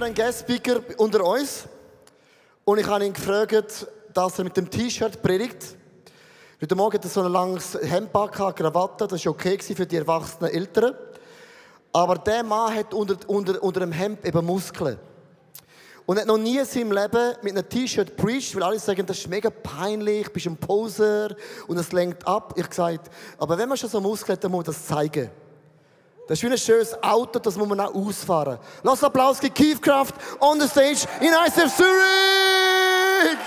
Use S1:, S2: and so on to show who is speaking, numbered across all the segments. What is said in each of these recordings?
S1: einen Guest Speaker unter uns und ich habe ihn gefragt, dass er mit dem T-Shirt predigt. Heute Morgen hatte er so ein langes Hemd, gehabt, Krawatte, das war okay gewesen für die erwachsenen Eltern. Aber der Mann hat unter, unter, unter dem Hemd eben Muskeln. Und hat noch nie in seinem Leben mit einem T-Shirt preached, weil alle sagen, das ist mega peinlich, bist ein Poser und es lenkt ab. Ich gesagt, aber wenn man schon so Muskeln hat, dann muss man das zeigen. Das ist wie ein schönes Auto, das muss man auch ausfahren. Lass Applaus für Kiefkraft on the stage in ISF Zürich!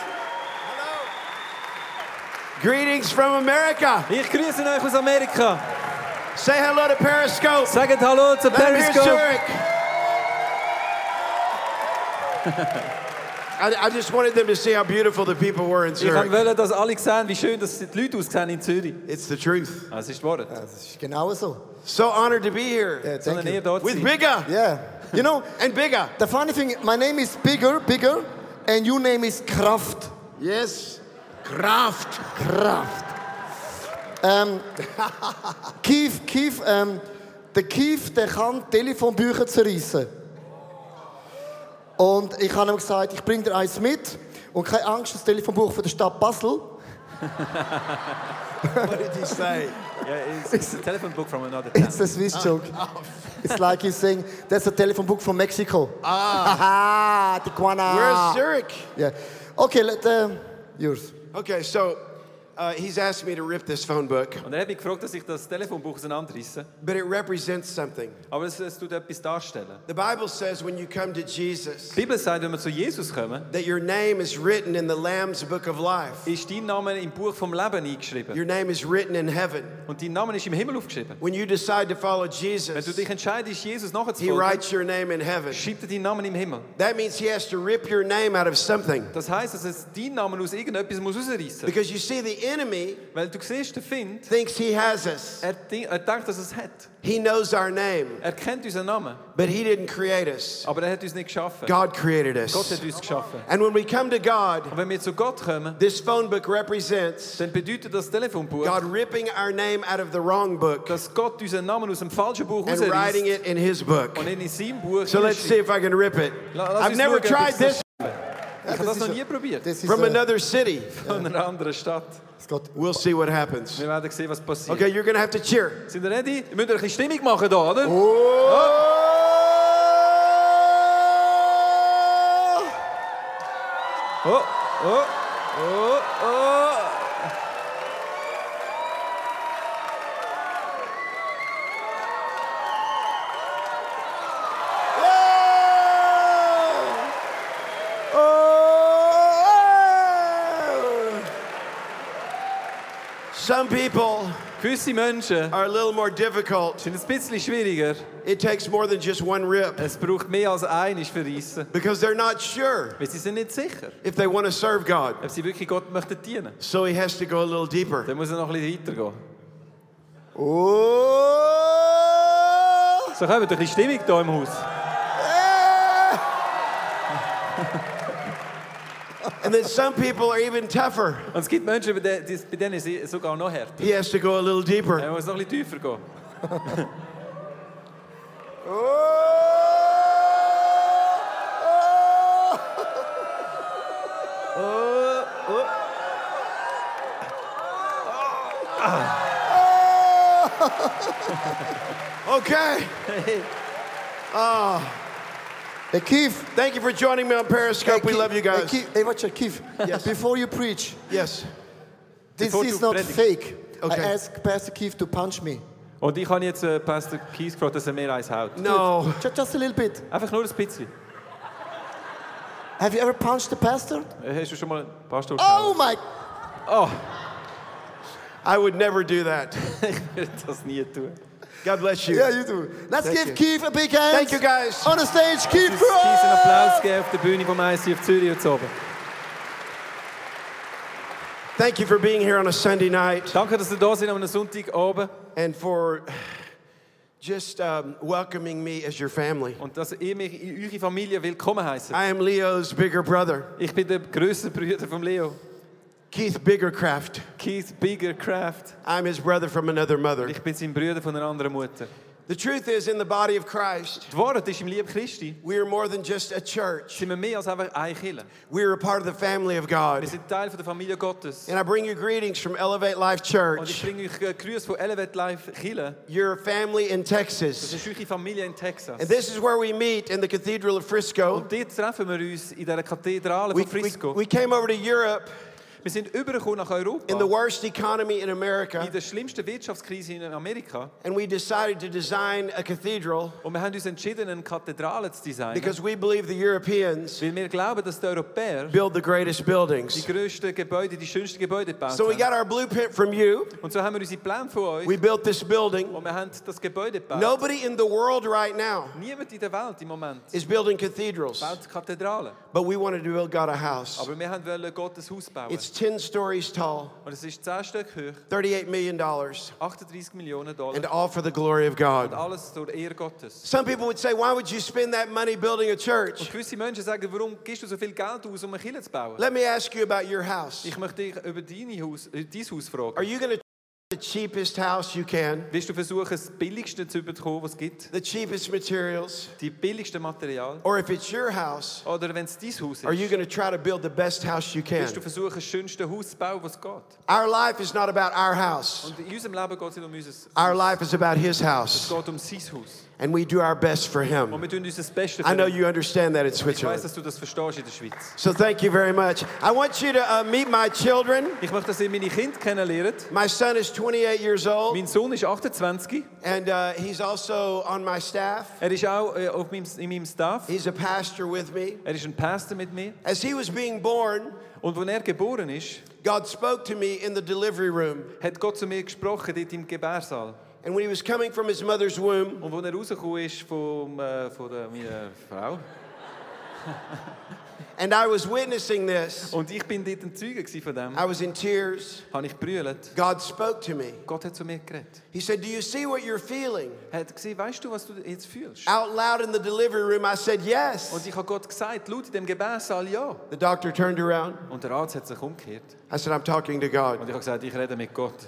S2: Greetings from America.
S3: Ich grüße euch aus Amerika.
S2: Say hello to Periscope.
S3: Sagt Hallo zu
S2: Let 'em hear
S3: Periscope.
S2: Zurich. I, I just wanted them to see how beautiful the people were in
S3: Ich
S2: Zurich.
S3: wollte, dass alle sehen, wie schön dass die Leute aussehen in Zürich.
S2: It's the truth.
S3: Ah, Es ist die Wahrheit.
S1: Das ist genau so.
S2: So honored to be here
S1: Yeah,
S3: So eine
S1: thank you.
S3: Ehe dort zu
S2: with
S3: sein.
S2: Bigga
S1: Yeah. You know,
S2: and Bigga.
S1: the funny thing, my name is Bigger, Bigger, and your name is Kraft.
S2: Yes, Kraft.
S1: Kraft. Ähm, Kief, Kief, ähm, der Kief, der kann Telefonbücher zerreißen. Und ich habe ihm gesagt, ich bringe dir eins mit und keine Angst, das Telefonbuch von der Stadt Basel.
S2: What did he say?
S3: Ja, it's, it's a telephone book from another
S1: It's
S3: town.
S1: a Swiss joke.
S2: Oh,
S1: It's like you saying, that's a telephone from Mexico. Ah. Tijuana.
S2: Where's Zurich?
S1: Yeah. Okay, let, um, yours.
S2: Okay, so uh, he's asked me to rip this phone book,
S3: Und er hat mich gefragt, dass ich das Telefonbuch auseinanderreisse.
S2: but it represents something.
S3: Aber es, es tut etwas darstellen.
S2: The Bible says when you come to Jesus,
S3: Die Bibel sagt, wenn wir zu Jesus kommen,
S2: that your name is written in the Lamb's book of life.
S3: ist dein Name im Buch vom Leben eingeschrieben.
S2: Your name is written in heaven.
S3: Und dein Name ist im Himmel aufgeschrieben.
S2: When you decide to follow
S3: Wenn du
S2: Jesus,
S3: dich entscheidest, Jesus
S2: He
S3: nachzufolgen,
S2: writes your name in heaven.
S3: schreibt er deinen Namen im Himmel.
S2: That means He has to rip your name out of something.
S3: Das heisst, dass es deinen Namen aus irgendetwas muss rausreißen muss.
S2: Because you see, the enemy
S3: Weil du siehst, der Find,
S2: thinks He has us,
S3: er, di- er denkt, dass er es hat.
S2: He knows our name,
S3: Er kennt unseren Namen,
S2: but He didn't create us.
S3: aber er hat uns nicht geschaffen.
S2: God created
S3: Gott
S2: us.
S3: hat uns geschaffen.
S2: And when we come to God,
S3: Und wenn wir zu Gott kommen,
S2: this phone book represents
S3: dann bedeutet das Telefonbuch,
S2: God ripping our name out of the wrong book
S3: dass Gott unseren Namen aus dem falschen Buch
S2: and writing
S3: rausreißt
S2: it in His book.
S3: und in seinem Buch
S2: So let's see
S3: hineinschreibt.
S2: if I can rip it.
S3: La- lass
S2: I've
S3: uns
S2: never
S3: schauen, ob
S2: tried
S3: ich's
S2: this
S3: Ich habe das noch nie probiert.
S1: This is uh,
S2: from
S1: a-
S2: another city.
S3: Von einer anderen Stadt.
S1: it's got-
S2: We'll see what happens.
S3: Wir werden sehen, was passiert.
S2: Okay, you're going to have to cheer.
S3: Sind ihr ready? Ihr müsst euch ein bisschen Stimmung machen da, oder?
S2: Oh.
S3: Oh, oh, oh, oh.
S2: Some people
S3: Gewisse Menschen
S2: are a little more difficult.
S3: sind ein bisschen schwieriger.
S2: It takes more than just one rip
S3: Es braucht mehr als eines für Reissen.
S2: because they're not sure
S3: Weil sie sind nicht sicher,
S2: if they want to serve God.
S3: ob sie wirklich Gott möchten dienen.
S2: So he has to go a little deeper.
S3: Dann muss er noch ein bisschen weitergehen.
S1: Oh.
S3: So kommt ein bisschen Stimmung hier im Haus.
S2: And then some people are even tougher.
S3: Und es gibt Menschen, bei denen die- bei denen ist es sogar noch härter.
S2: He has to go a little deeper.
S3: Er muss noch ein bisschen tiefer gehen.
S2: Okay.
S1: Hey, Keith.
S2: Thank you for joining me on Periscope. we
S1: Keith,
S2: love you guys.
S1: Hey, Keith, hey watch it, Keith.
S2: Yes.
S1: Before you preach,
S2: Yes.
S1: this
S3: Before
S1: is
S3: you
S1: not
S3: predict.
S1: fake.
S2: Okay.
S1: I asked Pastor Keith to punch me.
S3: Und ich habe jetzt äh, Pastor Keys gefragt, dass er mir eins hält.
S2: No.
S1: Just, just a little bit.
S3: Einfach nur ein bisschen.
S1: Have you ever punched the pastor?
S3: Äh, Hast du schon mal einen Pastor
S1: Oh my.
S3: Oh,
S2: I would never do that.
S3: ich würde das nie tun.
S2: God bless you.
S1: Yeah, you do. Let's
S2: Thank
S1: give
S2: you.
S1: Keith a big hand.
S2: Thank you, guys.
S1: On the stage, Keith.
S3: Uns einen Applaus geben auf der Bühne vom ICF Zürich heute Abend.
S2: Thank you for being here on a Sunday night
S3: Danke, dass ihr da seid am Sonntagabend
S2: and for just um, welcoming me as your family.
S3: und dass ihr mich in eure Familie willkommen heißt.
S2: I am Leo's bigger brother,
S3: Ich bin der grösste Bruder von Leo,
S2: Keith Biggercraft.
S3: Keith Biggercraft.
S2: I'm his brother from another mother.
S3: Ich bin sein Bruder von einer anderen Mutter.
S2: The truth is, in the body of Christ,
S3: Die Wahrheit ist, im Lieb Christi
S2: we are more than just a church.
S3: sind wir mehr als einfach eine Kirche.
S2: We are a part of the family of
S3: Wir
S2: God.
S3: sind Teil von der Familie Gottes.
S2: And I bring you greetings from Elevate Life
S3: Und ich
S2: Church,
S3: bringe euch äh, Grüße von Elevate Life Kirche.
S2: your family in
S3: Das
S2: Texas.
S3: ist eure Familie in Texas.
S2: And this is where we meet in the Cathedral of Frisco.
S3: Und dort treffen wir uns in dieser Kathedrale
S2: We,
S3: von
S2: we,
S3: Frisco.
S2: we came over to Europe
S3: Wir sind übergekommen nach
S2: in the
S3: Europa.
S2: worst economy in
S3: In
S2: America,
S3: der schlimmsten Wirtschaftskrise in Amerika.
S2: and we decided to design a cathedral
S3: Und wir haben uns entschieden, eine Kathedrale zu designen.
S2: because we believe the Europeans
S3: Weil wir glauben, dass die Europäer
S2: build the greatest
S3: die
S2: buildings.
S3: grössten Gebäude, die schönsten Gebäude gebaut
S2: So we
S3: haben.
S2: got our blueprint from you.
S3: Und so haben wir unsere Pläne von euch.
S2: We built this building.
S3: Und wir haben das Gebäude gebaut.
S2: Nobody in the world right now
S3: Niemand in der Welt im Moment
S2: is building cathedrals,
S3: baut Kathedralen.
S2: but we wanted to build God a house.
S3: Aber wir haben wollen Gottes Haus bauen.
S2: It's 10 stories tall,
S3: Und es ist 10 Stück hoch,
S2: $38 million, and
S3: 38 Millionen Dollar.
S2: all for the glory of
S3: Und
S2: God.
S3: alles zur Ehre Gottes.
S2: Some people would say, Why would you spend that money building a
S3: Und
S2: church?
S3: gewisse Menschen sagen, warum gibst du so viel Geld aus, um eine Kirche zu bauen?
S2: Let me ask you about your house.
S3: Ich möchte dich über deine Haus, äh, dein Haus
S2: Are
S3: fragen.
S2: you going to the cheapest house you can,
S3: Wirst du versuchen, das Billigste zu bekommen, was es gibt?
S2: the cheapest materials?
S3: Die billigste Material?
S2: Or if it's your house,
S3: Oder wenn es dein Haus
S2: are you
S3: ist,
S2: going to try to build the best house you can?
S3: wirst du versuchen, das schönste Haus zu bauen, was geht?
S2: Our life is not about our house.
S3: Und in unserem Leben geht es nicht um unser
S2: Our life is about His
S3: Es
S2: house,
S3: geht um sein Haus.
S2: and we do our best for
S3: Und
S2: Him.
S3: wir tun unser Bestes.
S2: I know
S3: ihn.
S2: you understand that in
S3: ich weiß,
S2: Switzerland.
S3: dass du das verstehst in der Schweiz.
S2: So thank you very much. I want you to uh, meet my children.
S3: Ich möchte, dass ihr meine Kinder kennenlernt.
S2: My son is 28 years old,
S3: Mein Sohn ist 28.
S2: and uh, he's also on my staff.
S3: Er ist auch äh, auf meinem, in meinem Staff.
S2: He's a pastor with me.
S3: Er ist ein Pastor mit mir.
S2: As he was being born,
S3: Und als er geboren ist,
S2: God spoke to me in the delivery room.
S3: hat Gott zu mir gesprochen, dort im Gebärsaal.
S2: And when he was coming from his mother's womb,
S3: Und als er rausgekommen ist vom, äh, von der, meiner Frau,
S2: and I was witnessing this,
S3: und ich bin dort ein Zeuge gewesen von dem,
S2: I was in tears.
S3: habe ich brüllt.
S2: God spoke to me.
S3: Gott hat zu mir geredet.
S2: He said, Do you see what you're feeling?
S3: Er hat gesehen, weißt du, was du jetzt fühlst?
S2: Out loud in the delivery room, I said,
S3: Und
S2: Yes.
S3: ich habe Gott gesagt, laut in dem Gebärsaal, ja.
S2: The doctor turned around.
S3: Und der Arzt hat sich umgekehrt.
S2: I said, I'm talking to
S3: Und
S2: God.
S3: ich habe gesagt, ich rede mit Gott.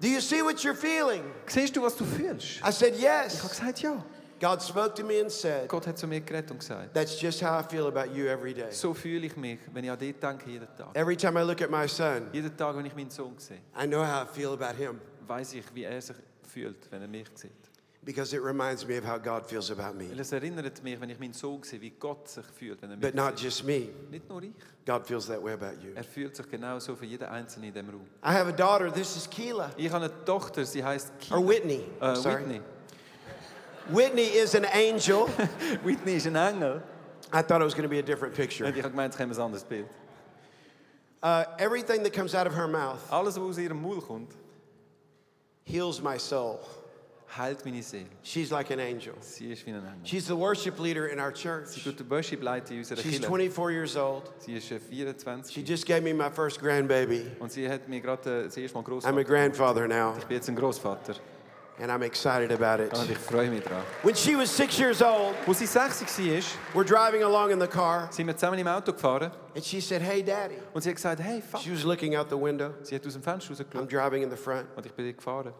S2: Do you see what you're feeling?
S3: Siehst du, was du fühlst? Ich
S2: I said,
S3: habe
S2: Yes.
S3: gesagt, ja.
S2: God spoke to me and said,
S3: Gott hat zu mir geredet und gesagt,
S2: That's just how I feel about you every day.
S3: so fühle ich mich, wenn ich an dich denke, jeden Tag.
S2: Every time I look at my son,
S3: Jeden Tag, wenn ich meinen Sohn sehe,
S2: I know how I feel about him
S3: weiß ich, wie er sich fühlt, wenn er mich sieht.
S2: because it reminds me of how God feels about me.
S3: Weil es erinnert mich, wenn ich meinen Sohn sehe, wie Gott sich fühlt, wenn er mich
S2: But not
S3: sieht.
S2: just me,
S3: Nicht nur ich.
S2: God feels that way about you.
S3: Er fühlt sich genauso für jeden Einzelnen in diesem Raum.
S2: I have a daughter. This is Keela,
S3: Ich habe eine Tochter, sie heißt Kira.
S2: or Whitney.
S3: Äh,
S2: I'm sorry.
S3: Whitney.
S2: Whitney is an angel.
S3: Whitney ist ein Engel.
S2: I thought it was going to be a different
S3: Und
S2: picture.
S3: ich habe gemeint, es kommt ein anderes Bild.
S2: Uh, everything that comes out of her mouth
S3: Alles, was aus ihrem Mund kommt,
S2: heals my soul.
S3: heilt meine Seele.
S2: She's like an angel.
S3: Sie ist wie ein Engel.
S2: She's the worship leader in our
S3: Sie
S2: church.
S3: tut den Worship leiten in unserer
S2: She's
S3: Kirche.
S2: 24 years old.
S3: Sie ist äh,
S2: She
S3: 24
S2: just gave me my first grandbaby.
S3: und sie hat mir gerade äh, das erste Mal
S2: I'm
S3: Großvater.
S2: a grandfather now,
S3: Ich bin jetzt ein Großvater
S2: and I'm excited about it.
S3: und ich freue mich drauf.
S2: When she was six years old,
S3: Als sie 60 war, ist,
S2: we're driving along in the car,
S3: sind wir zusammen im Auto gefahren
S2: and she said, Hey, Daddy.
S3: und sie hat gesagt, hey, fuck.
S2: She was looking out the window.
S3: Sie hat aus dem Fenster
S2: I'm
S3: rausgeschaut
S2: driving in the front.
S3: und ich bin dort gefahren.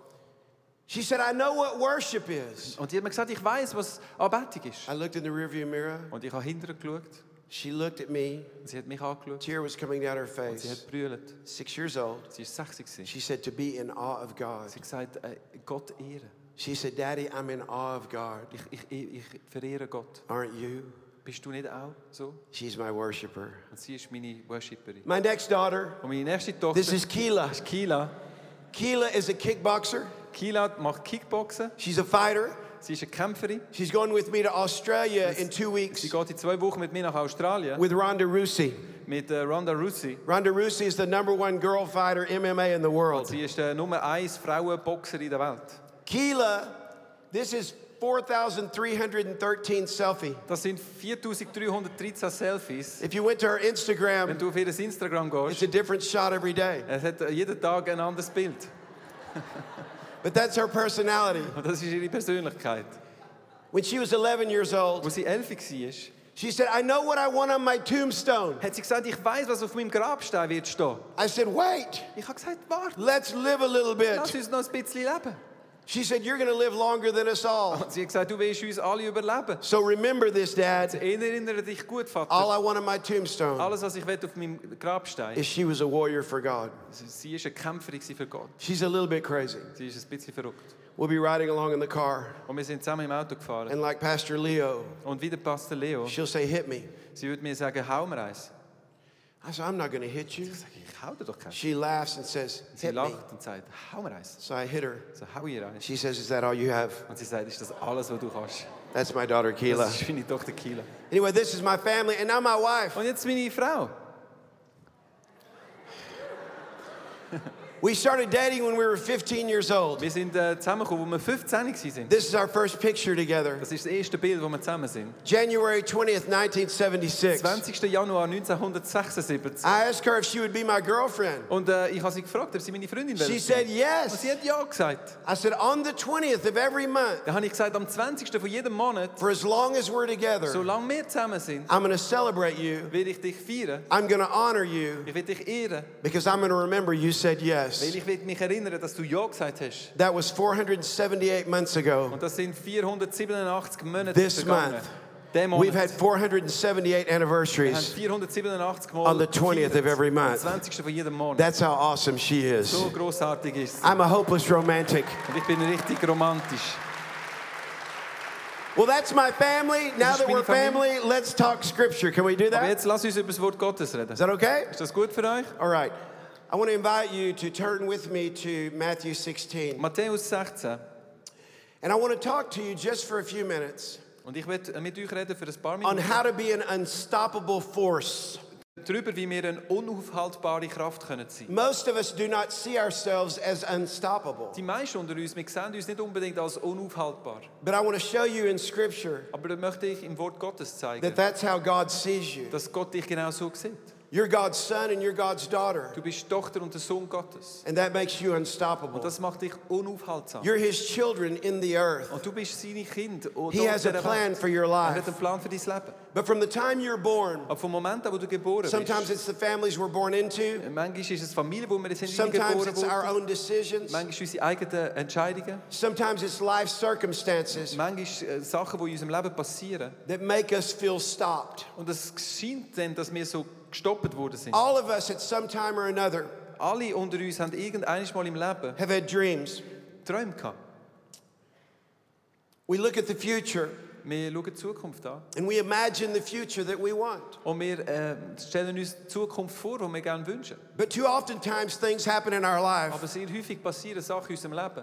S2: She said, I know what worship is.
S3: Und sie hat mir gesagt, ich weiß, was Anbetung ist.
S2: I looked in the rearview mirror.
S3: Und ich habe hinterher geschaut
S2: She looked at me.
S3: und sie hat mich angeschaut.
S2: Tear was coming down her
S3: Sie hat
S2: face.
S3: gebrüllt.
S2: Six years old.
S3: Sie war 60. gewesen. Sie
S2: She said, To be in awe of God.
S3: hat gesagt, äh, Gott ehren.
S2: She said, Daddy, I'm in awe of God.
S3: Ich, ich, ich, ich verehre Gott.
S2: Aren't you?
S3: Bist du nicht auch so?
S2: She's my worshiper.
S3: Und sie ist meine Worshipperin.
S2: My next daughter,
S3: Und meine nächste Tochter
S2: this is Keela.
S3: ist Kila.
S2: Keela is a kickboxer.
S3: Kila macht Kickboxen.
S2: She's a fighter.
S3: Sie ist eine Kämpferin.
S2: She's going with me to Australia in two
S3: Sie
S2: weeks
S3: geht in zwei Wochen mit mir nach Australien
S2: with Ronda Rousey.
S3: mit äh, Ronda Rousey.
S2: Ronda Rousey is the number one girl fighter MMA in the world.
S3: Sie ist äh, Nummer 1 Frauenboxer in der Welt.
S2: Keela, this is 4,313 selfie.
S3: Das sind 4313 Selfies.
S2: If you went to her
S3: Wenn
S2: Instagram,
S3: du auf ihr Instagram
S2: it's
S3: gehst,
S2: a different shot every day.
S3: es hat äh, jeden Tag ein anderes Bild.
S2: But that's her personality.
S3: Und das ist ihre Persönlichkeit.
S2: When she was 11 years old,
S3: Als sie 11 war,
S2: she said, I know what I want on my tombstone.
S3: hat sie gesagt, ich weiß, was auf meinem Grabstein wird stehen.
S2: I said, Wait,
S3: Ich habe gesagt, warte,
S2: let's live a little
S3: lass
S2: bit.
S3: uns noch ein bisschen leben.
S2: She said, You're going to live longer than us all.
S3: Und sie hat gesagt, du wirst uns alle überleben.
S2: So remember this, Dad.
S3: Erinnere dich gut,
S2: All
S3: Vater.
S2: I want on my tombstone
S3: Alles, was ich will auf meinem Grabstein,
S2: is she was a warrior for God.
S3: sie war eine Kämpferin für Gott.
S2: She's a little bit crazy.
S3: Sie ist ein bisschen verrückt.
S2: We'll be riding along in the car,
S3: Und wir sind zusammen im Auto gefahren.
S2: and like Pastor Leo,
S3: Und wieder Pastor Leo,
S2: she'll say, Hit me.
S3: sie würde mir sagen, hau mir eins.
S2: I said, I'm not going to hit you.
S3: Ich sage, ich hau dir doch keins.
S2: She laughs and says,
S3: Sie
S2: Hit me.
S3: lacht und sagt, hau mir eins.
S2: So I hit her.
S3: So, hau ihr eins.
S2: She says, Is that all you have?
S3: Und sie sagt, ist das alles, was du kannst?
S2: That's my daughter, Keela.
S3: Das ist meine Tochter Kila.
S2: Anyway, this is my family, and now my wife.
S3: Und jetzt meine Frau.
S2: We started dating when we were 15 years old.
S3: Wir sind äh, zusammengekommen, als wir 15 waren.
S2: This is our first picture together.
S3: Das ist das erste Bild, wo wir zusammen sind.
S2: January 20th, 1976.
S3: 20. Januar 1976.
S2: I asked her if she would be my girlfriend.
S3: Und äh, ich habe sie gefragt, ob sie meine Freundin will.
S2: She said
S3: Und
S2: yes.
S3: sie hat ja gesagt.
S2: I said, on the 20th of every month,
S3: Dann habe ich gesagt, am 20. von jedem Monat,
S2: for as long as we're together,
S3: solange wir zusammen sind,
S2: I'm going to celebrate you.
S3: will ich dich feiern.
S2: I'm going to honor you
S3: Ich will dich ehren,
S2: because I'm going to remember you said
S3: weil
S2: yes.
S3: ich will mich erinnern, dass du ja gesagt hast.
S2: That was 478 months ago.
S3: Und das sind 487 Monate
S2: This
S3: vergangen.
S2: month.
S3: Der Monat.
S2: We've had 478
S3: Wir haben
S2: anniversaries.
S3: 487 Mal
S2: On the 20th of
S3: gefeiert.
S2: every month.
S3: Am 20. von jedem Monat.
S2: That's how awesome she is.
S3: so großartig ist sie.
S2: I'm a hopeless romantic.
S3: Und ich bin richtig romantisch.
S2: Well, that's my family. Now
S3: ist
S2: that
S3: meine
S2: we're family, let's talk scripture. Can we do
S3: Aber
S2: that?
S3: jetzt lass uns über das Wort Gottes reden.
S2: Is that okay?
S3: Ist das gut für euch?
S2: All right. I want to invite you to turn with me to Matthew 16.
S3: Matthäus 16.
S2: And I want to talk to you just for a few minutes
S3: Und ich werde mit euch reden für ein paar
S2: on
S3: Minuten
S2: how to be an unstoppable force.
S3: darüber, wie wir eine unaufhaltbare Kraft können sein
S2: Most of us do not see ourselves as unstoppable,
S3: Die meisten unter uns, wir sehen uns nicht unbedingt als unaufhaltbar.
S2: but I want to show you in Scripture
S3: Aber das möchte ich im Wort Gottes
S2: that
S3: zeigen,
S2: that's how God sees you.
S3: dass Gott dich genau so sieht.
S2: You're God's son and you're God's daughter,
S3: Du bist Tochter und der Sohn Gottes.
S2: and that makes you
S3: Und
S2: unstoppable.
S3: das macht dich unaufhaltsam.
S2: You're His children in the earth.
S3: Und du bist seine Kind. Und
S2: He
S3: dort
S2: has a
S3: der
S2: plan
S3: Welt.
S2: for your
S3: Er hat
S2: life.
S3: einen Plan für dein Leben.
S2: But from the time you're born,
S3: Aber vom Moment an, wo du geboren
S2: sometimes
S3: bist,
S2: it's the families we're born into,
S3: manchmal ist es Familie, wo wir sind
S2: sometimes
S3: hineingeboren
S2: it's our
S3: wurden.
S2: own decisions,
S3: Manchmal unsere eigenen Entscheidungen.
S2: sometimes it's life circumstances
S3: Manchmal äh, Sachen, die in unserem Leben passieren.
S2: that make us feel stopped.
S3: Und es scheint dann, dass wir so gestoppt worden sind.
S2: All of us at some time or another
S3: Alle unter uns haben irgendeines Mal im Leben
S2: have had dreams.
S3: Träume gehabt.
S2: We look at the future
S3: Wir schauen die Zukunft an.
S2: and we imagine the future that we want.
S3: Und wir äh, stellen uns die Zukunft vor, die wir gerne wünschen.
S2: But too often times things happen in our life
S3: Aber sehr häufig passieren Sachen in unserem Leben.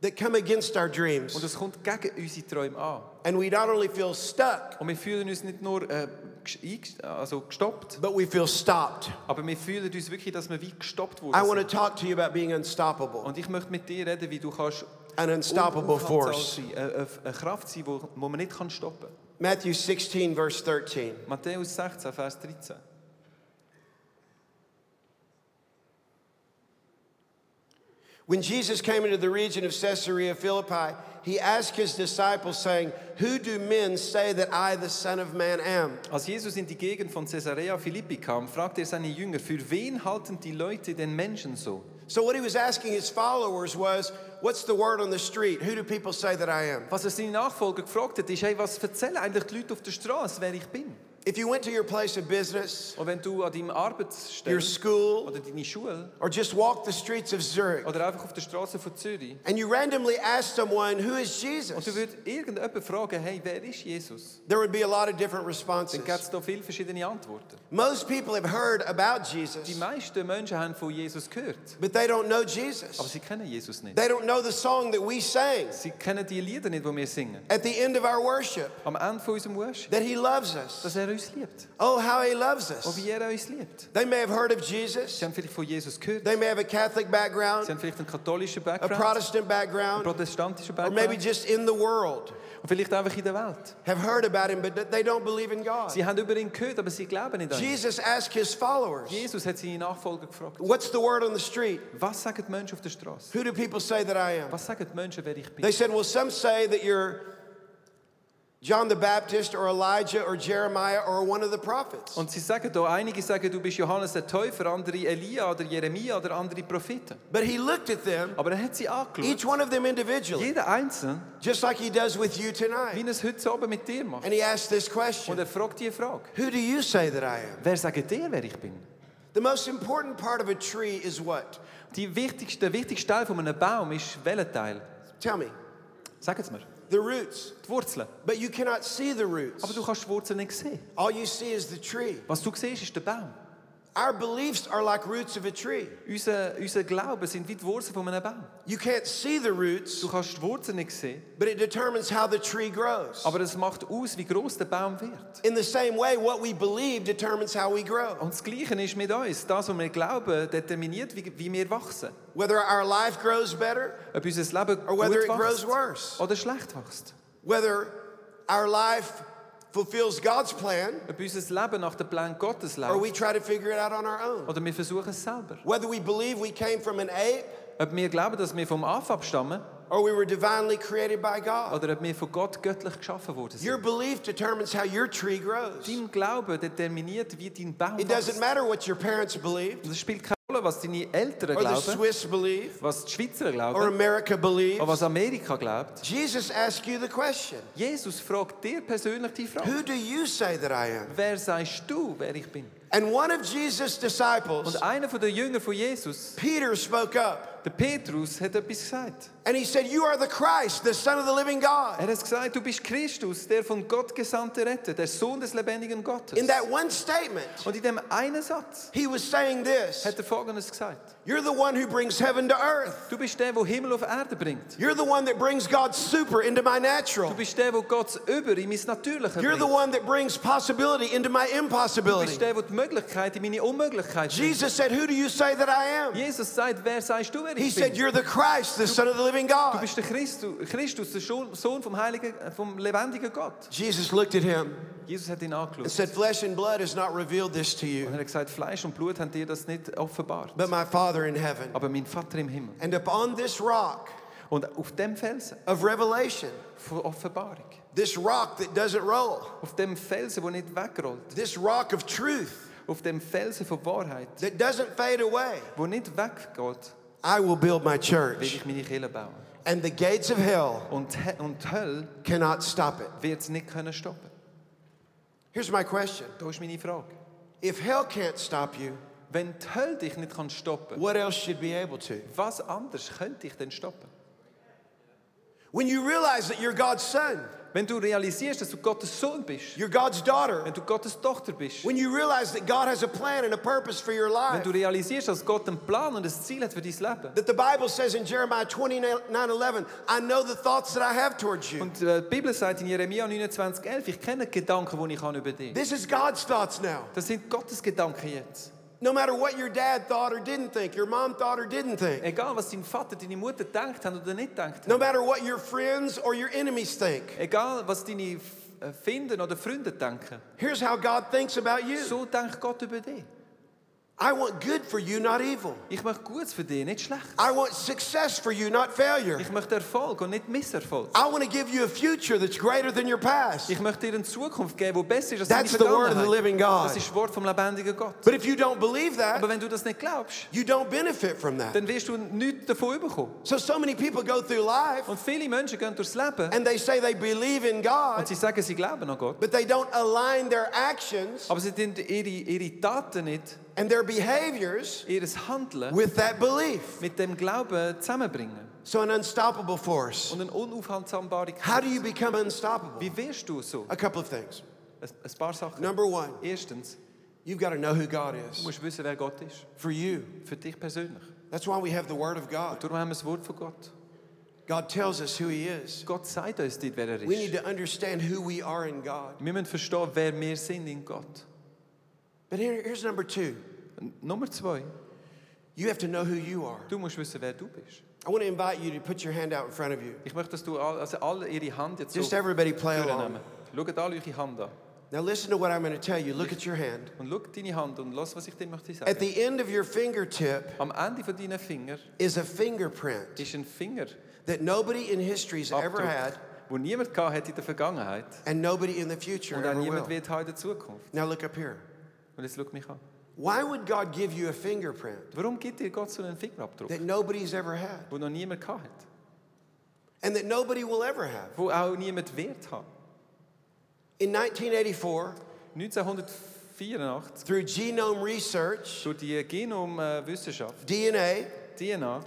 S2: that come against our
S3: Und
S2: dreams.
S3: es kommt gegen unsere Träume an.
S2: And we not only feel stuck,
S3: Und wir fühlen uns nicht nur äh, gest- einge- also gestoppt,
S2: but we feel stopped.
S3: aber wir fühlen uns wirklich, dass wir wie gestoppt
S2: I
S3: wurden.
S2: want
S3: sind.
S2: to talk to you about being unstoppable,
S3: Und ich möchte mit dir reden, wie du kannst
S2: an unstoppable
S3: unaufhaltsam
S2: force.
S3: sein, eine, eine- eine Kraft sein, wo, wo man nicht kann stoppen.
S2: Matthew 16, verse 13.
S3: Matthäus 16, Vers 13.
S2: When Jesus came into the region of Caesarea Philippi, he asked his disciples, saying, Who do men say that I, the Son of Man, am?
S3: Als Jesus in die Gegend von Caesarea Philippi kam, fragte er seine Jünger, für wen halten die Leute den Menschen so?
S2: So, what he was asking his followers was, What's the word on the street? Who do people say that I am?
S3: Was er seine Nachfolger gefragt hat, ist, hey, was erzählen eigentlich die Leute auf der Straße, wer ich bin?
S2: If you went to your place of business,
S3: Und wenn du an deinem
S2: your
S3: Arbeitsstelle
S2: school,
S3: oder deine Schule
S2: or just walked the streets of Zurich,
S3: oder einfach auf der Straße von Zürich
S2: and you randomly asked someone, Who is
S3: Und du
S2: Jesus?
S3: würdest irgendjemanden fragen, hey, wer ist Jesus?
S2: There would be a lot of different
S3: Dann gibt
S2: responses.
S3: es da viele verschiedene Antworten.
S2: Most people have heard about
S3: Die
S2: Jesus,
S3: meisten Menschen haben von Jesus gehört,
S2: but they don't know
S3: aber
S2: Jesus.
S3: sie kennen Jesus nicht.
S2: They don't know the song that we sang
S3: Sie kennen die Lieder nicht, die wir singen.
S2: at the end of our worship
S3: Am Ende von unserem Worship,
S2: that He loves us.
S3: dass er uns liebt.
S2: Oh, how He loves
S3: Und
S2: us.
S3: wie er uns liebt.
S2: They may have heard of
S3: Sie
S2: Jesus.
S3: haben vielleicht von Jesus gehört.
S2: They may have a Catholic
S3: Sie
S2: background,
S3: haben vielleicht einen katholischen
S2: a
S3: Background,
S2: Protestant
S3: einen
S2: background,
S3: protestantischen
S2: or maybe
S3: Background
S2: just in the world
S3: und vielleicht einfach in der Welt.
S2: have heard about Him, but they don't believe in God.
S3: Sie haben über ihn gehört, aber sie glauben nicht an ihn.
S2: Jesus asked His followers,
S3: Jesus hat seine Nachfolger gefragt,
S2: What's the word on the street?
S3: was sagen die Menschen auf der Straße?
S2: Who do people say that I am?
S3: Was sagen die Menschen, wer ich bin?
S2: They said, Well, some say that you're John the Baptist or Elijah or Jeremiah or one of the prophets.
S3: Und sie sagen da, einige sagen, du bist Johannes der Täufer, andere Elia oder Jeremia oder andere Propheten.
S2: But he looked at them,
S3: Aber er hat sie angeschaut,
S2: each one of them individually,
S3: jeder Einzelne,
S2: just like he does with you
S3: wie
S2: tonight.
S3: er es heute Abend mit dir macht.
S2: And he asked this
S3: Und
S2: question
S3: er fragt die Frage,
S2: Who do you say that I am?
S3: wer sagt dir, wer ich bin?
S2: The most important part of a tree is what?
S3: Die wichtigste, der wichtigste Teil von einem Baum ist welcher Teil?
S2: Tell me.
S3: Sagen Sie mir.
S2: The roots.
S3: Die Wurzeln.
S2: But you cannot see the
S3: Aber
S2: roots.
S3: du kannst die Wurzeln nicht sehen.
S2: All you see is the tree.
S3: Was du siehst, ist der Baum.
S2: Our beliefs are like roots of a tree.
S3: Unser, unser Glauben sind wie die Wurzeln von einem Baum.
S2: You can't see the roots,
S3: Du kannst die Wurzeln nicht sehen,
S2: but it determines how the tree grows.
S3: aber es macht aus, wie groß der Baum wird.
S2: In the same way, what we believe determines how we grow.
S3: Und das Gleiche ist mit uns. Das, was wir glauben, determiniert, wie, wie wir wachsen.
S2: Whether our life grows better,
S3: Ob unser Leben
S2: or Oh, whether
S3: gut
S2: it grows
S3: wächst
S2: worse,
S3: oder schlecht wächst.
S2: whether our life fulfills God's plan,
S3: Ob unser Leben nach dem Plan Gottes
S2: or
S3: läuft
S2: we try to figure it out on our own.
S3: oder wir versuchen es selber.
S2: Whether we believe we came from an ape,
S3: Ob wir glauben, dass wir vom Anfang abstammen
S2: or we were divinely created by God.
S3: oder ob wir von Gott göttlich geschaffen wurden.
S2: Your belief determines how your tree grows.
S3: Dein Glaube determiniert, wie dein Baum
S2: It doesn't
S3: wächst.
S2: matter what your parents believe,
S3: Und es spielt keine Rolle, was deine Eltern
S2: or the
S3: glauben,
S2: Swiss believe,
S3: was die Schweizer
S2: or
S3: glauben
S2: America believes.
S3: oder was Amerika glaubt.
S2: Jesus asked you the question
S3: Jesus fragt dir persönlich die Frage.
S2: Who do you say that I am?
S3: Wer sagst du, wer ich bin?
S2: And one of Jesus' disciples,
S3: Und einer von den Jüngern von Jesus,
S2: Peter, spoke up
S3: der Petrus, hat etwas gesagt.
S2: and he said, You are the Christ, the Son of the living God.
S3: Er hat gesagt, du bist Christus, der von Gott gesandte Retter, der Sohn des lebendigen Gottes.
S2: In that one statement,
S3: Und in dem einen Satz
S2: he was saying this
S3: hat er Folgendes gesagt.
S2: You're the one who brings heaven to earth.
S3: Du bist der, der Himmel auf Erde bringt.
S2: You're the one that brings God's super into my
S3: Du
S2: natural.
S3: bist der, der Gottes Über in mein Natürliche
S2: You're the
S3: bringt.
S2: one that brings possibility into my
S3: Du bist
S2: impossibility.
S3: der, der die Möglichkeit in meine Unmöglichkeit bringt.
S2: Jesus said, Who do you say that I am?
S3: Jesus sagt, wer sagst du, wer
S2: He
S3: ich
S2: said,
S3: bin?
S2: You're the Christ, the Son of the living
S3: Du
S2: God.
S3: bist der Christus, Christus der Sohn Sohn vom, Heiligen, äh, vom lebendigen Gott.
S2: Jesus looked at him
S3: Jesus hat ihn
S2: and
S3: angeschaut.
S2: said, Flesh and blood has not revealed this to
S3: Und
S2: you,
S3: er hat gesagt, Fleisch und Blut haben dir das nicht offenbart.
S2: but my Father in heaven.
S3: Aber mein Vater im Himmel.
S2: And upon this rock
S3: Und auf dem Felsen
S2: of revelation,
S3: von Offenbarung,
S2: this rock that doesn't roll,
S3: auf dem Felsen, der nicht wegrollt,
S2: this rock of truth
S3: auf dem Felsen von Wahrheit,
S2: that doesn't fade away,
S3: wo nicht weggeht,
S2: I will build my
S3: will
S2: church,
S3: ich meine Kirche bauen.
S2: and the gates of hell
S3: Und, die He- und die Hölle
S2: cannot stop it.
S3: wird es nicht können stoppen.
S2: Here's my question
S3: Da ist meine Frage.
S2: If hell can't stop you,
S3: Wenn die Hölle dich nicht kann stoppen
S2: what else should be able to?
S3: was anderes könnte dich denn stoppen?
S2: When you realize that you're God's son,
S3: Wenn du realisierst, dass du Gottes Sohn bist,
S2: you're God's
S3: wenn
S2: daughter,
S3: du Gottes Tochter bist,
S2: when you realize that God has a plan and a purpose for your
S3: wenn
S2: life,
S3: du realisierst, dass Gott einen Plan und ein Ziel hat für dein Leben,
S2: that the Bible says in Jeremiah 29 11, I know the thoughts that I have towards you.
S3: Und äh, die Bibel sagt in Jeremia 29,11, ich kenne die Gedanken, die ich habe über dich.
S2: This is God's thoughts now.
S3: Das sind Gottes Gedanken jetzt.
S2: No matter what your dad thought or didn't think, your mom thought or didn't think,
S3: Egal, was dein Vater, deine Mutter denkt haben oder nicht denkt
S2: no
S3: haben.
S2: matter what your friends or your enemies think,
S3: Egal, was deine F- äh, Finden oder Freunde denken.
S2: here's how God thinks about you
S3: So denkt Gott über dich.
S2: I want good for you, not evil.
S3: Ich möchte Gutes für dich, nicht schlecht.
S2: I want success for you, not failure.
S3: Ich möchte Erfolg und nicht Misserfolg.
S2: I want to give you a future that's greater than your past.
S3: Ich möchte dir eine Zukunft geben, die besser ist als
S2: That's
S3: deine
S2: the word
S3: Vergangenheit.
S2: of the living God.
S3: Das ist das Wort vom lebendigen Gott.
S2: But if you don't believe that,
S3: Aber wenn du das nicht glaubst,
S2: you don't benefit from that.
S3: dann wirst du nichts davon bekommen.
S2: So, so many people go through life
S3: Und viele Menschen gehen durchs Leben
S2: and they say they believe in
S3: und
S2: God,
S3: sie sagen, sie glauben an Gott.
S2: but they don't align their actions
S3: Aber sie tun ihre, ihre Taten nicht,
S2: and their behaviors
S3: ihr Handeln
S2: with that belief.
S3: mit dem Glauben zusammenbringen.
S2: So, an unstoppable force.
S3: Und eine unaufhaltsambare
S2: How
S3: Kraft.
S2: do you become unstoppable?
S3: Wie wirst du so?
S2: A couple of things.
S3: Ein, ein paar Sachen.
S2: Number one,
S3: Erstens,
S2: you've got to know who God
S3: du
S2: is
S3: musst wissen, wer Gott ist.
S2: for you.
S3: Für dich persönlich.
S2: That's why we have the Word of God.
S3: Darum haben wir das Wort von Gott.
S2: God tells us who He is.
S3: Gott sagt uns nicht, wer er
S2: We need
S3: ist.
S2: to understand who we are in God.
S3: Wir müssen verstehen, wer wir sind in Gott.
S2: But here, here's number two
S3: Und Nummer zwei,
S2: you have to know who you are.
S3: du musst wissen, wer du bist.
S2: I want to invite you to put your hand out in front of you.
S3: Ich möchte, dass du all, also alle ihre Hand jetzt
S2: Just
S3: so
S2: everybody play along.
S3: nehmen. Schaut alle eure Hand an.
S2: Now, listen to what I'm going to tell you. Look at your hand.
S3: Und schau deine Hand und lass, was ich dir möchte sagen.
S2: At the end of your fingertip
S3: Am Ende von deinen Finger
S2: is a fingerprint
S3: ist ein Finger
S2: that nobody in history's ever had,
S3: Abdruck, wo niemand gehabt hat in der Vergangenheit
S2: and nobody in the future
S3: und auch
S2: ever
S3: niemand
S2: will.
S3: wird haben in der Zukunft.
S2: Now look up here.
S3: Und jetzt schau mich an.
S2: Why would God give you a fingerprint
S3: Warum gibt dir Gott so einen Fingerabdruck,
S2: that nobody's ever had
S3: wo noch niemand gehabt hat?
S2: and that nobody will ever have?
S3: Wo auch niemand wird haben?
S2: In 1984,
S3: 1984,
S2: through genome research,
S3: durch die Genomwissenschaft,
S2: DNA,
S3: DNA,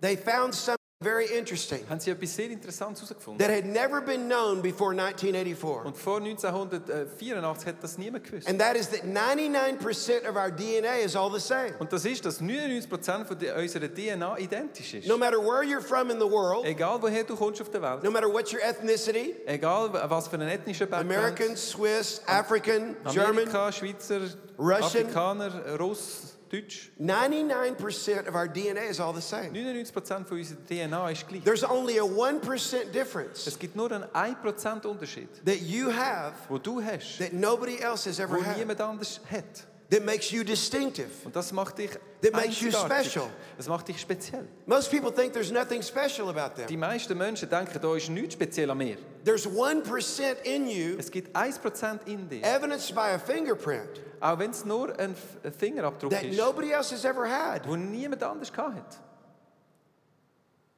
S2: they found something very interesting
S3: haben sie etwas sehr Interessantes herausgefunden.
S2: that had never been known before 1984.
S3: Und vor 1984 hat das niemand gewusst.
S2: And that is that 99% of our DNA is all the same.
S3: Und das ist, dass 99% von der- unserer DNA identisch ist.
S2: No matter where you're from in the world,
S3: Egal woher du kommst auf der Welt,
S2: no matter what your ethnicity,
S3: egal was für einen ethnischen Background,
S2: American, Swiss, African, German,
S3: Amerika, Schweizer,
S2: Russian.
S3: Afrikaner, Russ, Deutsch,
S2: 99% of our DNA is all the same.
S3: 99% von unserer DNA ist gleich.
S2: There's only a 1% difference
S3: Es gibt nur einen 1% Unterschied,
S2: that you have
S3: wo du hast,
S2: that nobody else has
S3: wo
S2: ever had
S3: niemand anders hat.
S2: that makes you distinctive.
S3: Und das macht dich
S2: That makes you
S3: einzigartig.
S2: special.
S3: Das macht dich speziell.
S2: Most people think there's nothing special about
S3: Die
S2: them.
S3: meisten Menschen denken, da ist nichts speziell an mir.
S2: There's 1% in you,
S3: Es gibt 1% in dir,
S2: evidenced by a fingerprint,
S3: auch wenn es nur ein F- ein Fingerabdruck
S2: that
S3: ist,
S2: nobody else has ever had.
S3: wo niemand anders gehabt hat.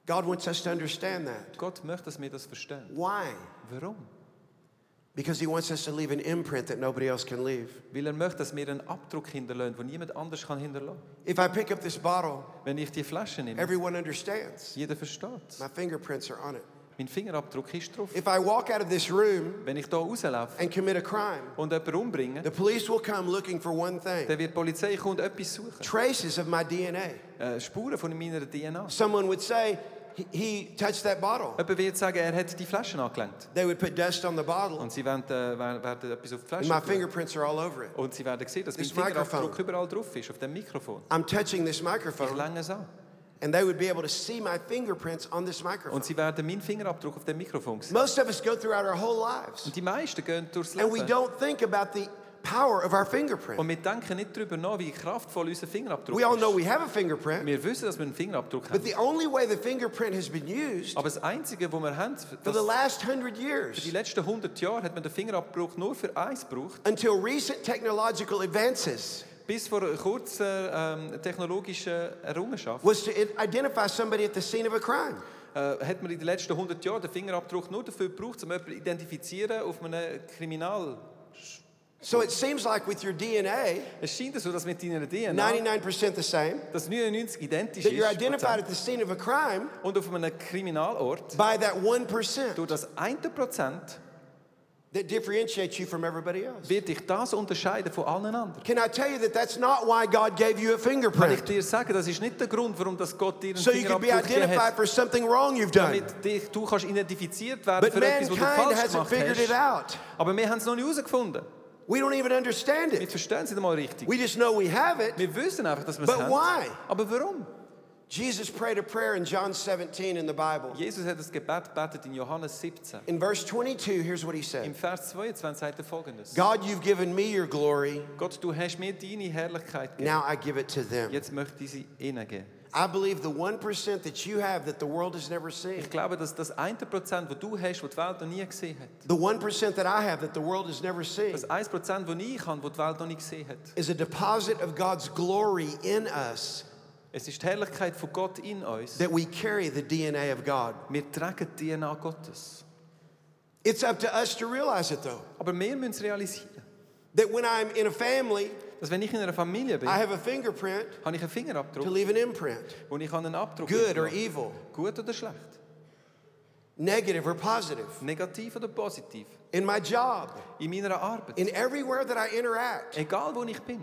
S2: God wants us to understand that.
S3: Gott möchte, dass wir das verstehen.
S2: Why?
S3: Warum?
S2: Because He wants us to leave an imprint that nobody else can leave.
S3: Weil er möchte, dass wir einen Abdruck hinterlassen, den niemand anders kann hinterlassen
S2: If I pick up this bottle,
S3: kann. Wenn ich die Flasche nehme,
S2: everyone understands.
S3: jeder versteht
S2: My fingerprints are on it.
S3: Mein Fingerabdruck ist drauf.
S2: If I walk out of this room
S3: Wenn ich hier rauslaufe
S2: and commit a crime,
S3: und jemanden umbringe,
S2: the police will come looking for one thing
S3: dann wird die Polizei kommen und etwas suchen.
S2: traces of my DNA.
S3: Äh, Spuren von meiner DNA.
S2: Someone would say, "He- He touched that bottle.
S3: Jemand wird sagen, er hat die Flasche angelenkt.
S2: They would put dust on the bottle,
S3: Und sie werden, äh, wer- werden etwas auf die
S2: and
S3: Flasche
S2: my
S3: tun.
S2: fingerprints are all over it.
S3: Und sie werden sehen, dass mein
S2: This
S3: Fingerabdruck
S2: microphone.
S3: überall drauf ist, auf dem Mikrofon.
S2: I'm touching this
S3: Ich
S2: microphone,
S3: länge es an.
S2: and they would be able to see my fingerprints on this microphone.
S3: Und sie werden meinen Fingerabdruck auf dem Mikrofon sehen.
S2: Most of us go throughout our whole lives,
S3: Und die meisten gehen durchs
S2: and we
S3: Leben.
S2: don't think about the power of our fingerprint.
S3: Und wir denken nicht darüber nach, wie kraftvoll unser Fingerabdruck
S2: We all know
S3: ist.
S2: we have a fingerprint,
S3: Wir wissen, dass wir einen Fingerabdruck
S2: but
S3: haben.
S2: the only way the fingerprint has been used
S3: Aber das Einzige, was wir haben,
S2: for the
S3: das,
S2: last hundred
S3: die
S2: years
S3: letzten 100 Jahre hat man den Fingerabdruck nur für eins gebraucht.
S2: until recent technological advances
S3: Bis vor einer kurzen ähm, technologischen Errungenschaft
S2: was to i- identify somebody at the scene of a crime.
S3: äh, hat man in den letzten 100 Jahren den Fingerabdruck nur dafür gebraucht, um jemanden zu identifizieren auf einem Kriminal.
S2: So it seems like with your DNA,
S3: Es scheint so, dass mit deiner DNA
S2: 99% the same,
S3: das 99 identisch
S2: that you're
S3: ist
S2: identified at the scene of a crime
S3: und auf einem Kriminalort
S2: by that 1%
S3: durch das 1%
S2: that differentiates you from everybody else.
S3: wird dich das unterscheiden von allen anderen.
S2: Can I tell you that that's not why God gave you a
S3: Kann ich
S2: fingerprint?
S3: dir sagen, das ist nicht der Grund, warum das Gott dir einen
S2: So you could be
S3: Fingerabdruck gegeben hat.
S2: identified for something wrong you've done.
S3: damit dich, du kannst identifiziert werden
S2: But
S3: für etwas, was du
S2: mankind
S3: falsch
S2: hasn't
S3: gemacht
S2: figured it
S3: hast.
S2: out.
S3: Aber wir haben es noch nicht herausgefunden.
S2: We don't even understand
S3: Wir
S2: it.
S3: verstehen es nicht mal richtig.
S2: We just know we have it.
S3: Wir wissen einfach, dass wir es
S2: But
S3: haben.
S2: why?
S3: Aber warum?
S2: Jesus prayed a prayer in John 17 in the Bible.
S3: Jesus hat das Gebet gebetet in Johannes 17.
S2: In verse 22, here's what he
S3: Im
S2: said
S3: Vers 22 sagt er folgendes.
S2: God, you've given me your glory.
S3: Gott, du hast mir deine Herrlichkeit gegeben.
S2: Now I give it to them.
S3: Jetzt möchte ich sie ihnen geben.
S2: I believe the 1% that you have that the world has never seen,
S3: Ich glaube, dass das 1%, das du hast, das die Welt noch nie gesehen hat,
S2: the 1% that I have that the world has never seen,
S3: das 1%, das ich habe, das die Welt noch nie gesehen hat,
S2: is a deposit of God's glory in us
S3: es ist die Herrlichkeit von Gott in uns.
S2: that we carry the DNA of God.
S3: Wir tragen die DNA Gottes.
S2: It's up to us to realize it though.
S3: Aber wir müssen es realisieren.
S2: That when I'm in a family,
S3: dass wenn ich in einer Familie bin,
S2: I have a fingerprint
S3: habe ich einen
S2: to
S3: Fingerabdruck
S2: leave an imprint,
S3: und ich habe einen Abdruck.
S2: good or
S3: hinterlassen.
S2: evil,
S3: Gut oder schlecht?
S2: negative or positive,
S3: Negativ oder positiv?
S2: in my job,
S3: In meiner Arbeit?
S2: in everywhere that I interact.
S3: Egal wo ich bin.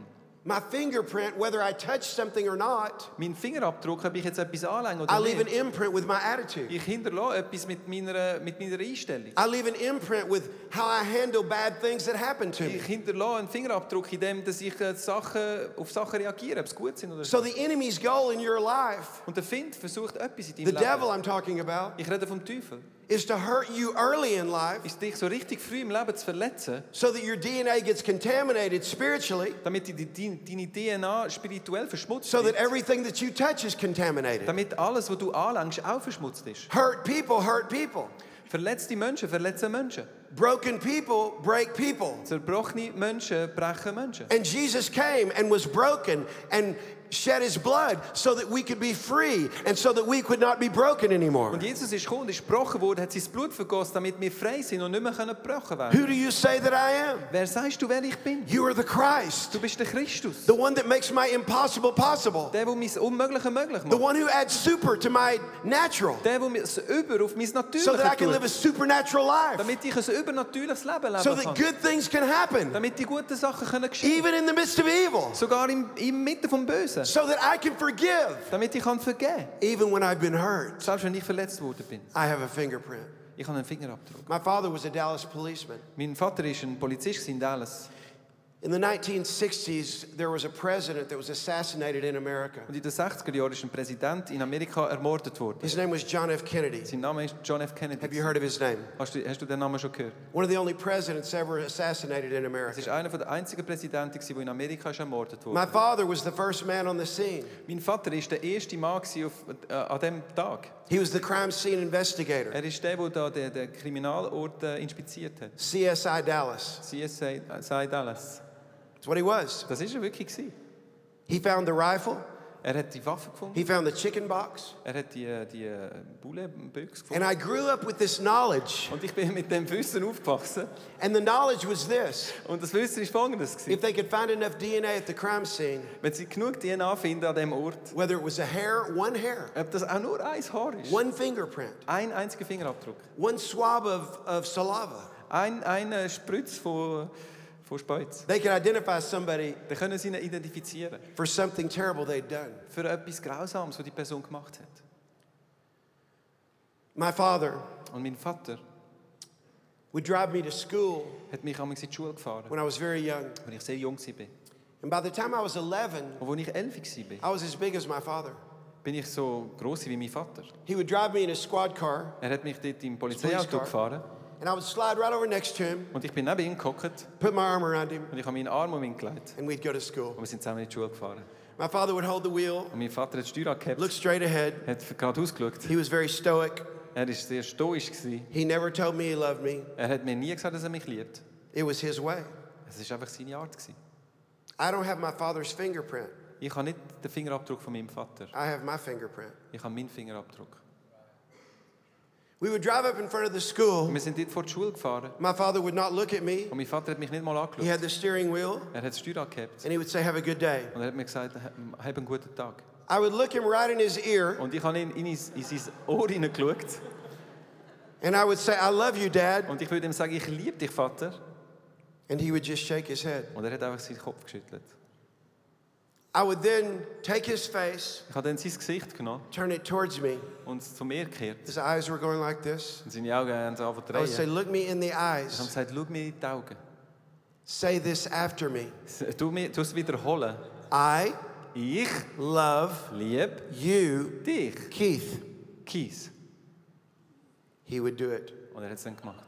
S2: My fingerprint, whether I touch something or not,
S3: Mein Fingerabdruck, ob ich jetzt etwas anlänge
S2: I
S3: oder
S2: leave an
S3: nicht.
S2: imprint with my attitude.
S3: Ich hinterlasse etwas mit meiner, mit meiner Einstellung.
S2: I leave an imprint with how I handle bad things that happen to me.
S3: Ich hinterlasse einen Fingerabdruck in dem, dass ich äh, Sachen, auf Sachen reagiere, ob es gut sind oder
S2: So
S3: nicht.
S2: the enemy's goal in your life,
S3: Und der Find versucht etwas in
S2: the
S3: deinem
S2: devil
S3: Leben.
S2: I'm talking about,
S3: Ich rede vom Teufel.
S2: is to hurt you early in life
S3: Ist dich so richtig früh im Leben zu verletzen,
S2: so that your DNA gets contaminated spiritually,
S3: damit die, die, deine DNA spirituell verschmutzt
S2: so that
S3: wird.
S2: everything that you touch is contaminated.
S3: damit alles, was du anlangst, auch verschmutzt ist.
S2: Hurt people hurt people.
S3: Verletzte Menschen verletzen Menschen.
S2: Broken people break people.
S3: Zerbrochene Menschen brechen Menschen.
S2: And Jesus came and was broken and shed his blood so that we could be free and so that we could not be broken anymore.
S3: Und Jesus ist gekommen und ist gebrochen worden, hat sein Blut vergossen, damit wir frei sind und nicht mehr können gebrochen werden
S2: Who do you say that I am?
S3: Wer sagst du, wer ich bin?
S2: You are the Christ,
S3: Du bist der Christus.
S2: the one that makes my impossible possible,
S3: Der, der mein Unmögliche möglich
S2: the
S3: macht.
S2: one who adds super to my natural
S3: Der, der mir das Über auf mein
S2: so that I
S3: Natürliches
S2: can live a
S3: tut.
S2: supernatural life,
S3: Damit ich ein übernatürliches Leben
S2: so
S3: leben
S2: that
S3: kann.
S2: good things can happen
S3: Damit die guten Sachen können geschehen
S2: even in the midst of evil,
S3: Sogar im, im Mitte vom Bösen.
S2: so that I can forgive
S3: Damit ich kann vergeben kann.
S2: even when I've been hurt.
S3: Selbst wenn ich verletzt worden bin.
S2: I have a fingerprint.
S3: Ich habe einen Fingerabdruck.
S2: My father was a Dallas policeman.
S3: Mein Vater war ein Polizist in Dallas.
S2: In the 1960s, there was a president that was assassinated in America.
S3: Und in den 60er Jahren ist ein Präsident in Amerika ermordet worden.
S2: His name was John F. Kennedy.
S3: Sein Name ist John F.
S2: Have
S3: Kennedy.
S2: you heard of his name?
S3: Hast du, hast du den Namen schon gehört?
S2: One of the only presidents ever assassinated in America.
S3: Es war einer der einzigen Präsidenten, der in Amerika ist ermordet wurde.
S2: My father was the first man on the scene.
S3: Mein Vater war der erste Mann gewesen auf, äh, an diesem Tag.
S2: He was the crime scene investigator,
S3: Er ist der, der da den, den Kriminalort äh, inspiziert hat.
S2: CSI Dallas.
S3: CSI Dallas.
S2: That's what he was.
S3: Das war er wirklich. Gewesen.
S2: He found the rifle,
S3: Er hat die Waffe gefunden,
S2: he found the chicken box.
S3: er hat die, äh, die äh, Bullenbüchse
S2: And
S3: gefunden.
S2: I grew up with this knowledge.
S3: Und ich bin mit dem Wissen aufgewachsen.
S2: And the knowledge was this
S3: Und das Wissen war folgendes. Gewesen.
S2: if they could find enough DNA at the crime scene,
S3: Wenn sie genug DNA finden an diesem Ort,
S2: whether it was a hair, one hair,
S3: ob das auch nur ein Haar ist,
S2: one fingerprint,
S3: ein einziger Fingerabdruck,
S2: one swab of, of saliva,
S3: ein, eine Spritz von, von Speuz,
S2: they could identify somebody
S3: dann können sie ihn identifizieren
S2: for something terrible they'd done.
S3: für etwas Grausames, was die Person gemacht hat.
S2: My father
S3: Und mein Vater
S2: would drive me to school
S3: hat mich einmal in die Schule gefahren,
S2: when I was very young.
S3: als ich sehr jung war.
S2: And by the time I was 11,
S3: Und als ich elf war,
S2: I was as big as my father.
S3: bin ich so gross wie mein Vater.
S2: He would drive me in his squad car,
S3: Er hat mich dort im
S2: Police
S3: Polizeiauto
S2: car.
S3: gefahren
S2: and I would slide right over next to him,
S3: und ich bin neben ihm gehockt
S2: put my arm around him,
S3: und ich habe meinen Arm um ihn gelegt.
S2: and we'd go to school.
S3: Und wir sind zusammen in die Schule gefahren.
S2: My father would hold the wheel,
S3: Und mein Vater hat die Steuer
S2: look
S3: angehabt,
S2: straight ahead.
S3: hat gerade ausgeschaut.
S2: He was very stoic.
S3: Er war sehr stoisch. Gewesen.
S2: He never told me he loved me.
S3: Er hat mir nie gesagt, dass er mich liebt.
S2: It was his way.
S3: Es war einfach seine Art. Gewesen.
S2: I don't have my father's fingerprint.
S3: Ich habe nicht den Fingerabdruck von meinem Vater.
S2: I have my fingerprint.
S3: Ich habe meinen Fingerabdruck.
S2: We would drive up in front of the
S3: Und
S2: school.
S3: wir sind dort vor die Schule gefahren
S2: My father would not look at me.
S3: und mein Vater hat mich nicht mal
S2: He
S3: angeschaut.
S2: had the steering wheel,
S3: Er hat die Steuer angehabt
S2: and he would say, Have a good day.
S3: und er hat mir gesagt, «Ha- hab einen guten Tag.
S2: I would look him right in his ear,
S3: Und ich habe ihn in, his- in sein Ohr hineingeschaut
S2: and I would say, I love you, Dad.
S3: und ich würde ihm sagen, ich liebe dich, Vater.
S2: And he would just shake his head.
S3: Und er hat einfach seinen Kopf geschüttelt.
S2: I would then take his face,
S3: Ich habe dann sein Gesicht genommen
S2: turn it towards me.
S3: und es zu mir gekehrt.
S2: His eyes were going like this.
S3: Und seine Augen haben so angefangen zu
S2: I would say,
S3: drehen.
S2: Look me in the
S3: Ich habe
S2: eyes.
S3: gesagt, schau mir in die Augen.
S2: Say this after me
S3: S- Tu mir- tu es wiederholen.
S2: I
S3: Ich
S2: love
S3: liebe
S2: you,
S3: dich,
S2: Keith.
S3: Kies.
S2: He would do it.
S3: Und er hat es dann gemacht.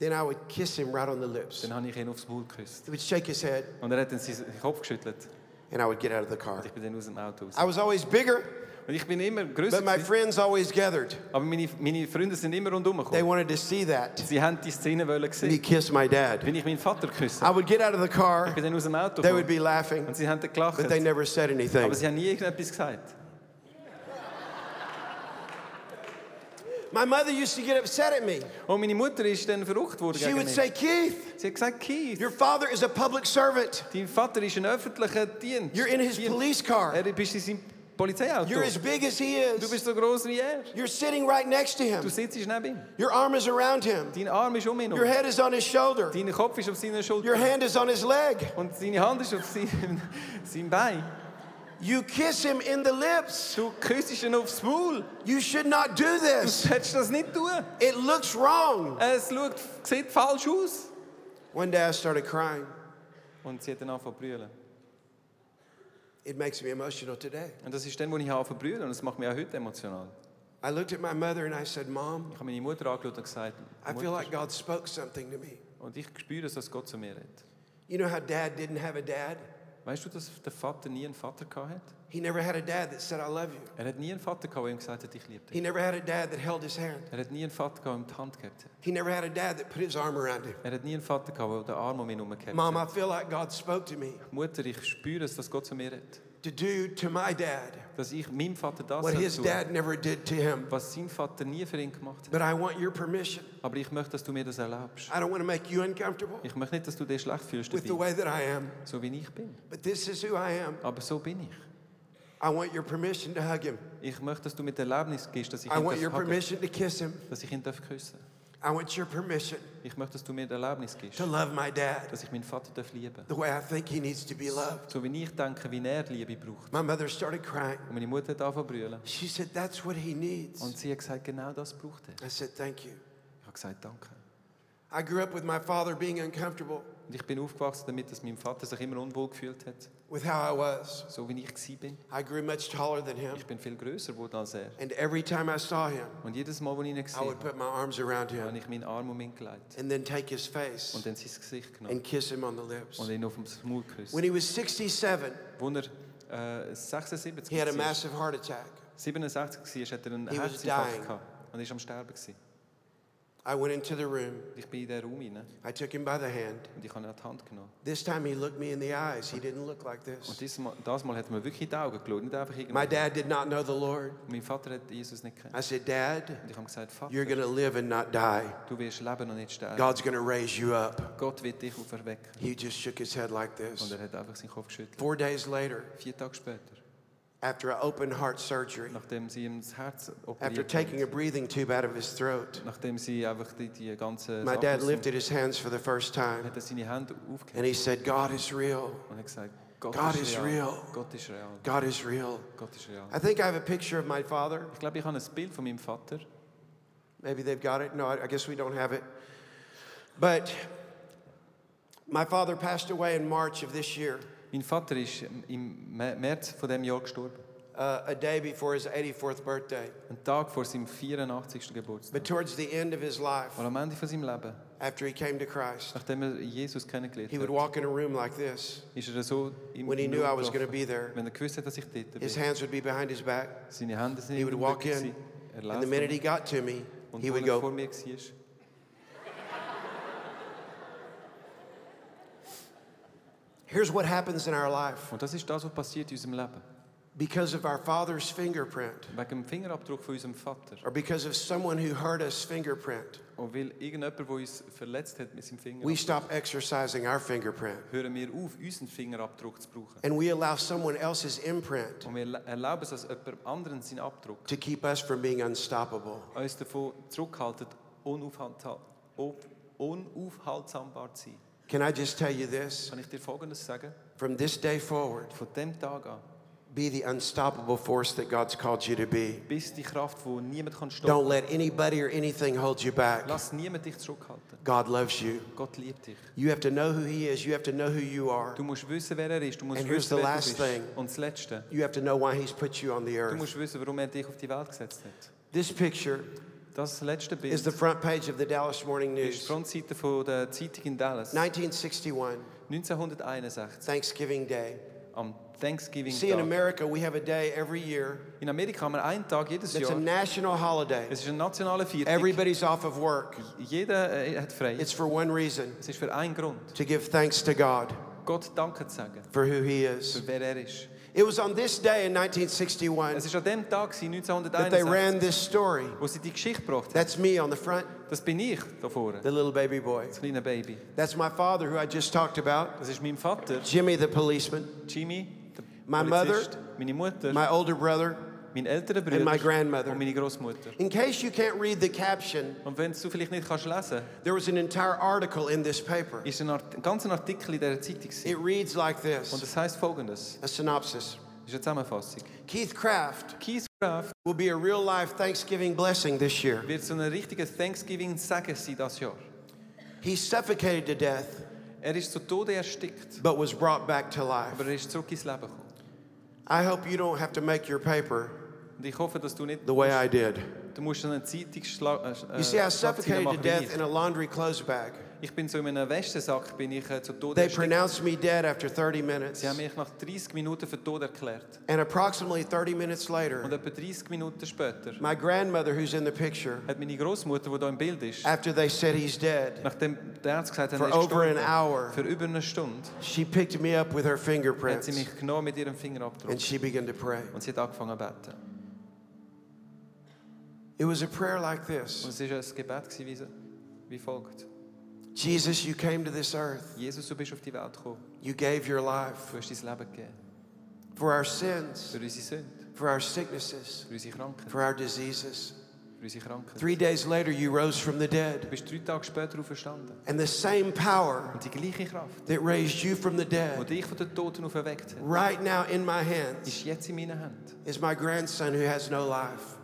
S2: Then I would kiss him right on the lips.
S3: Dann habe ich ihn aufs Maul geküsst.
S2: He would shake his head,
S3: Und er hat dann seinen Kopf geschüttelt.
S2: and I would get out of the car.
S3: Und ich bin dann aus dem Auto raus.
S2: I was always bigger,
S3: Und ich bin immer größer.
S2: but my
S3: gewesen,
S2: friends always gathered.
S3: Aber meine, meine Freunde sind immer rundherum
S2: They
S3: gekommen.
S2: wanted to see that.
S3: Sie haben die Szene wollen
S2: Me
S3: sehen.
S2: kiss my dad.
S3: Wenn ich meinen Vater küsse,
S2: I would get out of the
S3: ich
S2: car.
S3: bin dann aus dem Auto
S2: They would
S3: gekommen.
S2: be laughing,
S3: Und sie haben dann gelacht.
S2: but they never said anything.
S3: Aber sie haben nie irgendetwas gesagt.
S2: My mother used to get upset at me.
S3: Und meine Mutter ist dann verrückt worden
S2: She
S3: gegen
S2: would
S3: mich.
S2: say, Keith,
S3: Sie hat gesagt, Keith,
S2: your father is a public servant.
S3: dein Vater ist ein öffentlicher Dienst.
S2: You're in his
S3: Dien-
S2: police car.
S3: Er bist in seinem Polizeiauto.
S2: You're as
S3: Du
S2: big as he
S3: bist
S2: is.
S3: so groß wie er.
S2: You're sitting right next to
S3: Du
S2: him.
S3: sitzt neben ihm.
S2: Your arm is around him.
S3: Dein Arm ist um ihn
S2: Your
S3: herum.
S2: head is on his shoulder.
S3: Dein Kopf ist auf seiner
S2: Your
S3: Schulter.
S2: hand is on his leg.
S3: Und seine Hand ist auf seinem, seinem Bein.
S2: You kiss him in the lips.
S3: Du küsst ihn aufs Maul.
S2: You should not do this.
S3: Du hättest das nicht tun.
S2: It looks wrong.
S3: Es schaut, sieht falsch aus.
S2: One day I started crying.
S3: Und sie hat dann angefangen zu brüllen.
S2: It makes me emotional today.
S3: Und das ist dann, wo ich angefangen zu brüllen. Und das macht mich auch heute emotional.
S2: I looked at my mother and I said, Mom,
S3: Ich habe meine Mutter angeschaut und gesagt,
S2: I feel
S3: Mutter.
S2: like God spoke something to me.
S3: und ich spüre, dass Gott zu mir redet.
S2: You know how dad didn't have a dad?
S3: Weißt du, dass der Vater nie einen Vater hatte?
S2: He never had a dad that said, I love you.
S3: Er hat nie einen Vater gehabt, der ihm gesagt hat, ich liebe dich.
S2: He never had a dad that held his hand.
S3: Er hat nie einen Vater gehabt, der ihm die Hand gehabt hat.
S2: He never had a dad that put his arm around him.
S3: Er hat nie einen Vater gehabt, der den Arm um ihn herum gehabt
S2: Mom,
S3: hat.
S2: I feel like God spoke to me
S3: Mutter, ich spüre es, dass Gott zu mir redet.
S2: to do to my dad
S3: Dass ich meinem Vater das
S2: what
S3: soll
S2: his
S3: tun,
S2: dad never did to him.
S3: was sein Vater nie für ihn gemacht hat.
S2: But I want your permission.
S3: Aber ich möchte, dass du mir das erlaubst.
S2: I don't want to make you uncomfortable
S3: Ich möchte nicht, dass du dich schlecht fühlst
S2: with the
S3: dabei,
S2: way that I am,
S3: so wie ich bin.
S2: but this is who I am.
S3: Aber so bin ich.
S2: I want your permission to hug him.
S3: Ich möchte, dass du mir die Erlaubnis gibst, dass ich
S2: I
S3: ihn
S2: want your
S3: darf haben,
S2: permission to kiss him.
S3: dass ich ihn darf küssen.
S2: I want your permission
S3: Ich möchte, dass du mir die Erlaubnis gibst,
S2: to love my dad
S3: dass ich meinen Vater darf lieben.
S2: the way I think he needs to be loved.
S3: So wie ich denke, wie er Liebe braucht.
S2: My mother started crying.
S3: Und meine Mutter hat angefangen zu brüllen.
S2: She said, That's what he needs.
S3: Und sie hat gesagt, genau das braucht er.
S2: I said, Thank you.
S3: Ich habe gesagt, danke.
S2: I grew up with my father being uncomfortable
S3: Und ich bin aufgewachsen damit, dass mein Vater sich immer unwohl gefühlt hat.
S2: with how I was.
S3: So wie ich gsi bin.
S2: I grew much taller than him.
S3: Ich bin viel größer geworden als er.
S2: And every time I saw him,
S3: Und jedes Mal, als ich ihn
S2: I would
S3: gesehen habe,
S2: put my arms around
S3: habe
S2: him
S3: ich meinen Arm um ihn gelegt
S2: and then take his face
S3: und dann sein Gesicht genommen
S2: and kiss him on the lips.
S3: und ihn auf den Mund geküsst.
S2: When he was 67,
S3: Als er äh, 76
S2: he had a
S3: war,
S2: massive heart attack.
S3: 67 war, hat er einen
S2: He was dying.
S3: Herzinfarkt gehabt und ist am Sterben. Gewesen.
S2: I went into the room.
S3: Und ich bin in diesen Raum rein
S2: I took him by the hand.
S3: und ich habe ihn an die Hand genommen.
S2: This time he looked me in the eyes. He didn't look like this.
S3: Und dieses Mal, das Mal hat er mir wirklich in die Augen geschaut, nicht einfach
S2: My
S3: irgendwie.
S2: dad did not know the Lord.
S3: Mein Vater hat Jesus nicht
S2: I
S3: gekannt.
S2: said, Dad,
S3: Und ich habe gesagt,
S2: you're
S3: Vater,
S2: going to live and not die.
S3: du wirst leben und nicht sterben.
S2: God's going to raise you up.
S3: Gott wird dich auferwecken.
S2: He just shook his head like
S3: Und
S2: this.
S3: er hat einfach seinen Kopf geschüttelt.
S2: Four days later,
S3: Vier Tage später,
S2: after open heart surgery,
S3: nachdem sie ihm das Herz
S2: after
S3: operiert
S2: taking a
S3: haben,
S2: breathing tube out of his throat,
S3: nachdem sie einfach die, die ganze
S2: my
S3: Sachen
S2: dad
S3: sind,
S2: lifted his hands for the first time
S3: hat er seine Hände
S2: and
S3: aufgehört
S2: he said, God is real.
S3: und hat gesagt, Gott
S2: God
S3: ist
S2: is
S3: real.
S2: real.
S3: Gott ist real.
S2: God is real.
S3: Gott ist real.
S2: I think I have a picture of my father.
S3: Ich glaube, ich habe ein Bild von meinem Vater.
S2: Maybe they've got it. No, I I guess we don't have it. But my father passed away in March of this year,
S3: Mein Vater ist im Mä- März von dem Jahr gestorben.
S2: uh, a day before his 84th birthday.
S3: Ein Tag vor seinem 84. Geburtstag.
S2: But towards the end of his life,
S3: Und am Ende von seinem Leben,
S2: after he came to Christ,
S3: nachdem er Jesus kennengelernt
S2: he would
S3: hat,
S2: walk in a room like this.
S3: ist er so im
S2: When he knew I was
S3: rumgelaufen.
S2: going to be there,
S3: Wenn er gewusst hat, dass ich dort bin,
S2: his hands would be behind his back.
S3: seine Hände sind
S2: He would
S3: im
S2: walk
S3: Rücken
S2: in,
S3: gewesen. Er
S2: and the minute he got to me,
S3: Und
S2: he
S3: wo
S2: would
S3: er vor
S2: go,
S3: mir war,
S2: Here's what happens in our life.
S3: Und das ist das, was passiert in unserem Leben.
S2: Because of our father's fingerprint,
S3: Wegen dem Fingerabdruck von unserem Vater.
S2: or because of someone who hurt us fingerprint,
S3: Und weil irgendjemand, der uns verletzt hat mit seinem
S2: we
S3: Finger,
S2: stop exercising our fingerprint.
S3: hören wir auf, unseren Fingerabdruck zu brauchen.
S2: And we allow someone else's imprint
S3: Und wir erla- erlauben es, dass jemand anderen seinen Abdruck
S2: to keep us from being unstoppable.
S3: uns davon zurückhaltet, unaufhaltsam, unaufhaltsambar zu sein.
S2: Can I just tell you this?
S3: Kann ich dir Folgendes sagen?
S2: From this day forward,
S3: Von dem Tag an
S2: be the unstoppable force that God's called you to be.
S3: bist die Kraft, die niemand kann stoppen
S2: Don't let anybody or anything hold you back.
S3: Lass niemand dich zurückhalten.
S2: God loves you.
S3: Gott liebt dich.
S2: You have to know who He is, you have to know who you are,
S3: Du musst wissen, wer er ist. Du musst
S2: And here's
S3: wissen,
S2: the
S3: wer
S2: last
S3: du bist.
S2: thing.
S3: Und das Letzte.
S2: you have to know why He's put you on the
S3: Du
S2: earth.
S3: musst wissen, warum er dich auf die Welt gesetzt hat.
S2: This picture
S3: Das letzte Bild
S2: is the front page of the Dallas Morning
S3: ist die
S2: News.
S3: Frontseite von der Zeitung in Dallas.
S2: 1961,
S3: 1961,
S2: Thanksgiving Day.
S3: am Thanksgiving
S2: See, in
S3: Tag.
S2: America, we have a day every year
S3: In Amerika haben wir einen Tag jedes
S2: that's a
S3: Jahr.
S2: national holiday.
S3: Es ist ein nationaler Feiertag.
S2: Everybody's off of work.
S3: Jeder äh, hat frei.
S2: It's for one reason
S3: Es ist für einen Grund,
S2: to give thanks to God
S3: Gott Danke zu sagen,
S2: for who He is.
S3: für wer er ist.
S2: It was on this day in 1961
S3: Es ist an dem Tag gewesen,
S2: that they
S3: 1961,
S2: ran this story.
S3: wo sie die Geschichte gebracht haben.
S2: That's me on the front,
S3: Das bin ich da vorne,
S2: the little baby boy.
S3: das kleine Baby.
S2: That's my father, who I just talked about,
S3: Das ist mein Vater,
S2: Jimmy the policeman,
S3: Jimmy, der
S2: My
S3: Polizist, meine Mutter,
S2: my older brother.
S3: mein älterer
S2: and
S3: Bruder
S2: my grandmother.
S3: und meine Großmutter.
S2: In case you can't read the caption,
S3: Und wenn du vielleicht nicht kannst lesen,
S2: there was an entire article in this paper.
S3: ist ein, Art ein ganzer Artikel in dieser Zeitung. gewesen.
S2: It reads like
S3: Und
S2: this
S3: es heißt folgendes:
S2: a synopsis
S3: Das ist eine Zusammenfassung.
S2: Keith Kraft
S3: Keith Craft
S2: will be a real life Thanksgiving blessing this year.
S3: wird so ein richtiger Thanksgiving-Segen sein dieses Jahr.
S2: He suffocated to death,
S3: Er ist zu Tode erstickt,
S2: but was brought back to life.
S3: aber er ist zurück ins Leben gekommen.
S2: I hope you don't have to make your paper
S3: Und Und ich hoffe, dass du nicht,
S2: the way I did.
S3: du musst einen Zeitungsschlag äh,
S2: You see, I
S3: Schlagzeilen
S2: suffocated Uh, to
S3: machen wie
S2: death in
S3: ich.
S2: a laundry clothes bag.
S3: Ich bin so in einem Westensack, bin ich äh, zum Tod
S2: They
S3: erstickt.
S2: pronounced me dead after 30 minutes.
S3: Sie haben mich nach 30 Minuten für tot erklärt.
S2: And approximately 30 minutes
S3: Und
S2: later,
S3: etwa 30 Minuten später
S2: my grandmother, who's in the picture,
S3: hat meine Großmutter, die hier im Bild ist,
S2: after they said he's dead,
S3: nachdem der Arzt gesagt hat,
S2: For
S3: er ist
S2: over an
S3: gestorben,
S2: hour.
S3: für über eine Stunde,
S2: she picked me up with her
S3: hat sie
S2: fingerprints
S3: mich genommen mit ihrem Fingerabdruck
S2: and she began to pray.
S3: und sie hat angefangen zu beten.
S2: It was a prayer like
S3: Und
S2: this
S3: es war ein Gebet gewesen, wie so- wie folgt.
S2: Jesus, you came to this earth,
S3: Jesus, du bist auf die Welt gekommen.
S2: you gave your life
S3: Du hast dein Leben gegeben.
S2: for our sins,
S3: Für unsere Sünden,
S2: for our sicknesses,
S3: für unsere Krankheit,
S2: for our diseases.
S3: für unsere Krankheit.
S2: Three days later, you rose from the
S3: Du
S2: dead,
S3: bist drei Tage später auferstanden.
S2: and the same power
S3: Und die gleiche Kraft,
S2: that raised you from the
S3: die
S2: dead
S3: dich von den Toten auferweckt hat,
S2: right now in my hands
S3: ist jetzt in meinen Händen.
S2: is my grandson who has no life.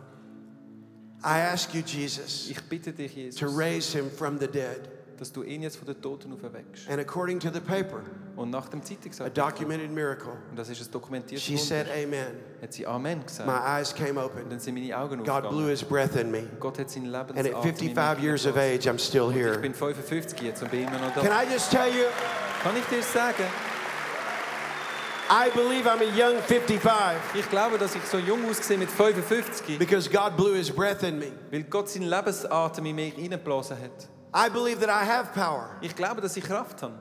S2: I ask you, Jesus,
S3: Ich bitte dich,
S2: to
S3: Jesus,
S2: raise him from the dead.
S3: dass du ihn jetzt von den Toten auferweckst.
S2: And according to the paper,
S3: Und nach dem
S2: a
S3: Zeitungsartikel,
S2: documented miracle,
S3: und das ist ein dokumentiertes
S2: she
S3: Wunder,
S2: said, Amen.
S3: hat sie Amen gesagt.
S2: My eyes came
S3: und
S2: open.
S3: dann sind meine Augen
S2: God blew
S3: aufgegangen.
S2: his breath in me.
S3: Gott hat sein
S2: And at
S3: Lebensart in mich
S2: 55 years of age, I'm still
S3: mitgegeben. Ich
S2: here.
S3: bin 55 jetzt und bin immer noch da.
S2: Can I just tell you,
S3: Kann ich dir sagen,
S2: I believe I'm a young 55
S3: ich glaube, dass ich so jung aussehe mit 55,
S2: because God blew his breath in me.
S3: weil Gott seinen Lebensatem in mich reingeblasen hat.
S2: I believe that I have power,
S3: Ich glaube, dass ich Kraft habe.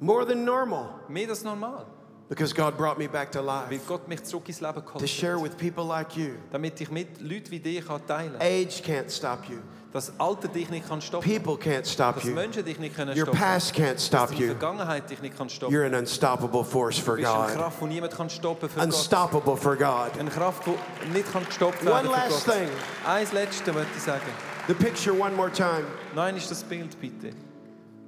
S2: more than normal,
S3: Mehr als normal.
S2: because God brought me back to
S3: Weil
S2: life
S3: Gott mich zurück ins Leben
S2: to
S3: geholt
S2: share
S3: hat.
S2: with people like you.
S3: Damit ich mit Leuten wie dir kann teilen kann.
S2: Age can't stop you,
S3: Dass Alter dich nicht kann stoppen kann.
S2: people can't stop
S3: Dass
S2: you,
S3: Menschen dich nicht können
S2: your
S3: stoppen
S2: past can't
S3: Dass
S2: stop
S3: die
S2: you.
S3: Vergangenheit dich nicht kann stoppen
S2: You're an unstoppable force for
S3: Du bist eine
S2: God.
S3: Kraft, die niemand kann stoppen für Gott.
S2: Unstoppable for God.
S3: Eine Kraft, die nicht kann gestoppt
S2: One
S3: werden für
S2: last
S3: Gott.
S2: thing.
S3: Eins Letztes möchte ich sagen.
S2: The picture, one more time.
S3: Nein, ist das Bild bitte.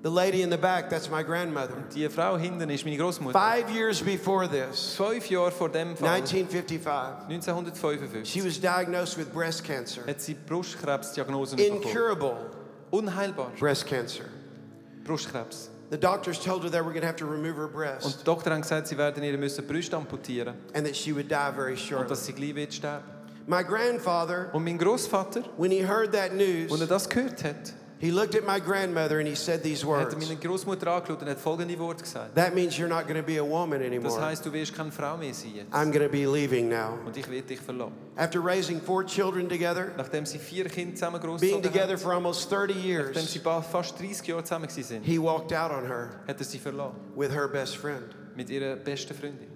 S2: The lady in the back, that's my grandmother.
S3: Die Frau hinten ist meine Großmutter.
S2: Five years before this,
S3: Fünf Jahre vor dem Fall,
S2: 1955, she
S3: 1955,
S2: was diagnosed with breast cancer,
S3: hat sie Brustkrebsdiagnose bekommen.
S2: incurable
S3: Unheilbar.
S2: breast cancer.
S3: Brustkrebs.
S2: The doctors told her they were going to have to remove her
S3: Und
S2: breast
S3: die Doktor haben gesagt, sie werden ihre müssen Brüste amputieren
S2: and that she would die very
S3: und
S2: shortly.
S3: dass sie gleich wird sterben.
S2: My grandfather,
S3: Und mein Großvater,
S2: when he heard that
S3: als er
S2: news,
S3: das gehört hat,
S2: he looked at my grandmother and he said these
S3: hat er
S2: words
S3: meine Großmutter angeschaut und hat folgende Worte gesagt.
S2: That means you're not going to be a woman
S3: Das
S2: anymore.
S3: heißt, du wirst keine Frau mehr sein jetzt.
S2: I'm going to be leaving now.
S3: Und ich werde dich verlassen.
S2: After raising four children together,
S3: Nachdem sie vier Kinder zusammen
S2: being
S3: großgezogen haben,
S2: together for almost 30
S3: nachdem
S2: years,
S3: sie ba- fast 30 Jahre zusammen gewesen sind,
S2: he walked out on her
S3: hat er sie verlassen.
S2: with her best friend.
S3: Mit ihrer besten Freundin.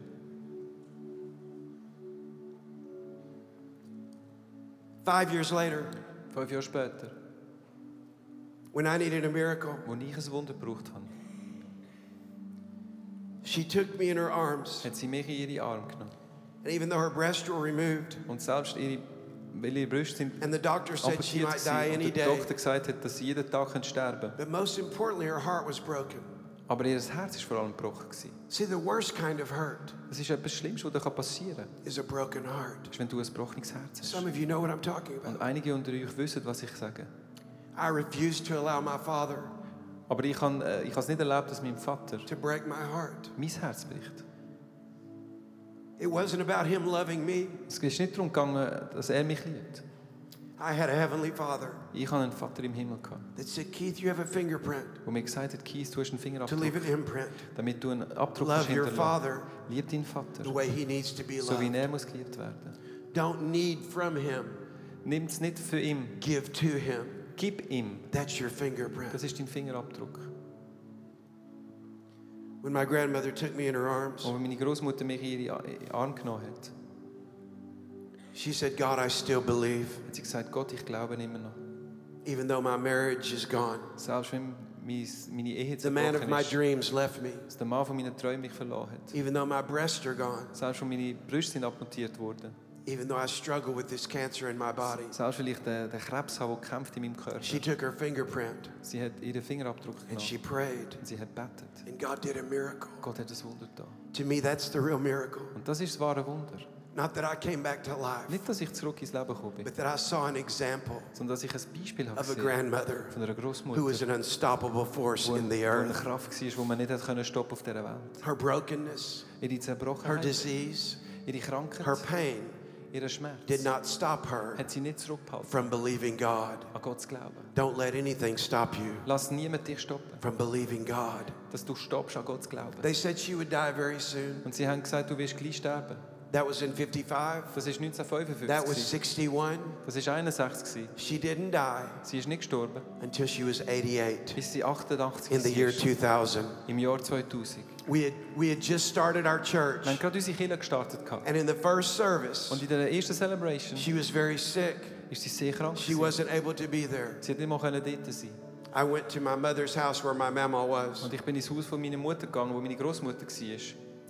S2: Five years later,
S3: Fünf Jahre später,
S2: when I needed a miracle,
S3: wo ich ein Wunder gebraucht habe,
S2: she took me in her arms.
S3: hat sie mich in ihre Arme genommen.
S2: And even though her breasts were removed
S3: Und selbst ihre, weil ihre Brüste sind
S2: and the doctor said she
S3: amputiert
S2: might die
S3: waren
S2: any
S3: und der
S2: day,
S3: Doktor gesagt hat, dass sie jeden Tag können sterben können.
S2: but most importantly, her heart was broken.
S3: Aber ihr Herz war vor allem gebrochen. gewesen.
S2: See, the worst kind of hurt
S3: Das ist etwas Schlimmes, was dir passieren kann,
S2: is a broken heart.
S3: ist, wenn du ein gebrochenes Herz hast.
S2: Some of you know what I'm talking
S3: Und
S2: about.
S3: einige unter euch wissen, was ich sage.
S2: I refused to allow my father
S3: Aber ich habe äh, ich habe es nicht erlebt, dass mein Vater
S2: to break my heart.
S3: mein Herz bricht.
S2: It wasn't about him loving me.
S3: Es ist nicht darum gegangen, dass er mich liebt.
S2: I had a heavenly father
S3: Ich hatte einen Vater im Himmel, gehabt,
S2: that said, Keith, you have a fingerprint
S3: der mir gesagt hat, Kies, du hast einen
S2: to leave
S3: Fingerabdruck,
S2: an imprint.
S3: damit du einen Abdruck
S2: Love your
S3: hinterlässt.
S2: father
S3: Lieb deinen
S2: the
S3: Vater,
S2: way he needs to be
S3: so wie
S2: loved.
S3: er muss geliebt werden.
S2: Don't need from him,
S3: Nimm es nicht für ihn,
S2: give to him.
S3: gib ihm.
S2: That's your fingerprint.
S3: Das ist dein Fingerabdruck.
S2: When my grandmother took me in her arms,
S3: Und wenn meine Großmutter mich in ihre A- Arme genommen hat,
S2: she said, God, I still believe,
S3: hat sie gesagt, Gott, ich glaube immer noch.
S2: even though my marriage is gone.
S3: Selbst wenn mein- meine Ehe
S2: The man of
S3: zerbrochen
S2: my
S3: ist,
S2: dreams left me,
S3: dass der Mann von meinen Träumen mich verloren hat.
S2: even though my breasts are gone,
S3: Selbst wenn meine Brüste sind abmontiert worden.
S2: even though I struggle with this cancer in my body.
S3: Selbst weil ich den, den Krebs habe, der kämpft in meinem Körper.
S2: She took her fingerprint
S3: Sie hat ihren Fingerabdruck genommen.
S2: and she prayed,
S3: und sie hat betet.
S2: and God did a miracle.
S3: Gott hat ein Wunder getan.
S2: To me, that's the real miracle.
S3: Und das ist das wahre Wunder.
S2: Not that I came back to life,
S3: Nicht, dass ich zurück ins Leben gekommen bin,
S2: but that I saw an example
S3: sondern dass ich ein Beispiel habe
S2: of a
S3: gesehen
S2: grandmother
S3: von einer
S2: who
S3: Großmutter,
S2: was an unstoppable force
S3: wo
S2: in
S3: eine,
S2: the
S3: wo eine
S2: earth.
S3: Kraft war, die man nicht hat können stoppen auf dieser Welt.
S2: Her brokenness,
S3: Ihre
S2: her
S3: Zerbrochenheit,
S2: disease,
S3: ihre
S2: her
S3: Krankheit,
S2: pain
S3: ihren
S2: did
S3: Schmerz
S2: not stop her
S3: hat sie nicht zurückgehalten,
S2: from believing God.
S3: an Gott zu glauben.
S2: Don't let anything stop you
S3: Lass niemand dich stoppen,
S2: from believing God.
S3: dass du stoppst, an Gott zu glauben.
S2: They said she would die very soon.
S3: Und sie haben gesagt, du wirst gleich sterben.
S2: That was in 55.
S3: Das ist 1955.
S2: That was
S3: gewesen.
S2: 61.
S3: Das ist 61. gewesen.
S2: She didn't die
S3: Sie ist nicht gestorben,
S2: until she was 88
S3: bis sie 88
S2: in the year
S3: war,
S2: 2000.
S3: im Jahr 2000.
S2: We had, we had just started our church,
S3: Wir haben gerade unsere Kirche gestartet. gehabt.
S2: and in the first service,
S3: Und in der ersten Celebration
S2: she was very sick.
S3: ist sie sehr krank.
S2: She
S3: gewesen.
S2: wasn't able to be there.
S3: Sie hat nicht mal können dort sein.
S2: I went to my mother's house where my mama was.
S3: Und ich bin ins Haus von meiner Mutter gegangen, wo meine Großmutter war.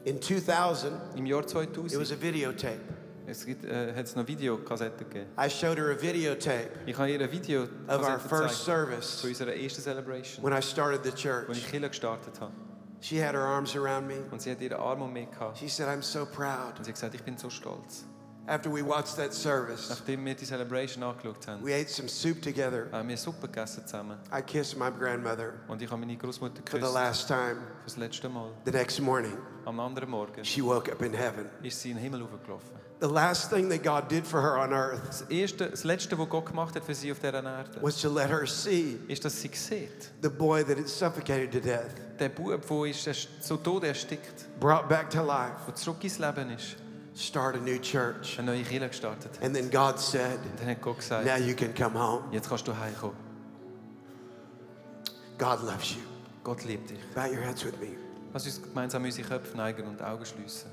S2: In 2000,
S3: Im Jahr
S2: it was
S3: 2000.
S2: a videotape.
S3: Es gibt, äh, hat es noch Videokassetten gegeben.
S2: I showed her a videotape
S3: Ich habe ihr ein Video
S2: of our
S3: Kassette
S2: first
S3: gezeigt
S2: service
S3: von unserer ersten Celebration,
S2: when I started the
S3: wo ich
S2: church.
S3: Kirche gestartet habe.
S2: She had her arms around me.
S3: Und sie hat ihre Arme um mich gehabt.
S2: She said, I'm so proud.
S3: Und sie hat gesagt, ich bin so stolz.
S2: After we watched that service,
S3: Nachdem wir die Celebration angeschaut haben,
S2: we ate some soup together.
S3: haben wir Suppe gegessen zusammen.
S2: I kissed my grandmother
S3: Und ich habe meine Großmutter
S2: for the
S3: geküsst.
S2: last time.
S3: Fürs letzte Mal.
S2: The next morning,
S3: Am anderen Morgen
S2: she woke up in heaven.
S3: ist sie in den Himmel hochgelaufen.
S2: The last thing that God did for her on earth
S3: Das, erste, das Letzte, was Gott gemacht hat für sie auf dieser Erde,
S2: was to let her see
S3: ist, dass sie sieht,
S2: the boy that had suffocated to death
S3: der Bub, der ist erst zu Tode erstickt,
S2: brought back to life,
S3: der zurück ins Leben ist,
S2: start a new church.
S3: eine neue Kirche gestartet hat.
S2: And then God said,
S3: Und dann hat Gott
S2: Now
S3: gesagt,
S2: you can come home.
S3: jetzt kannst du heimkommen.
S2: God loves you.
S3: Gott liebt dich.
S2: Bow your heads with me.
S3: Lass uns gemeinsam unsere Köpfe neigen und Augen schliessen.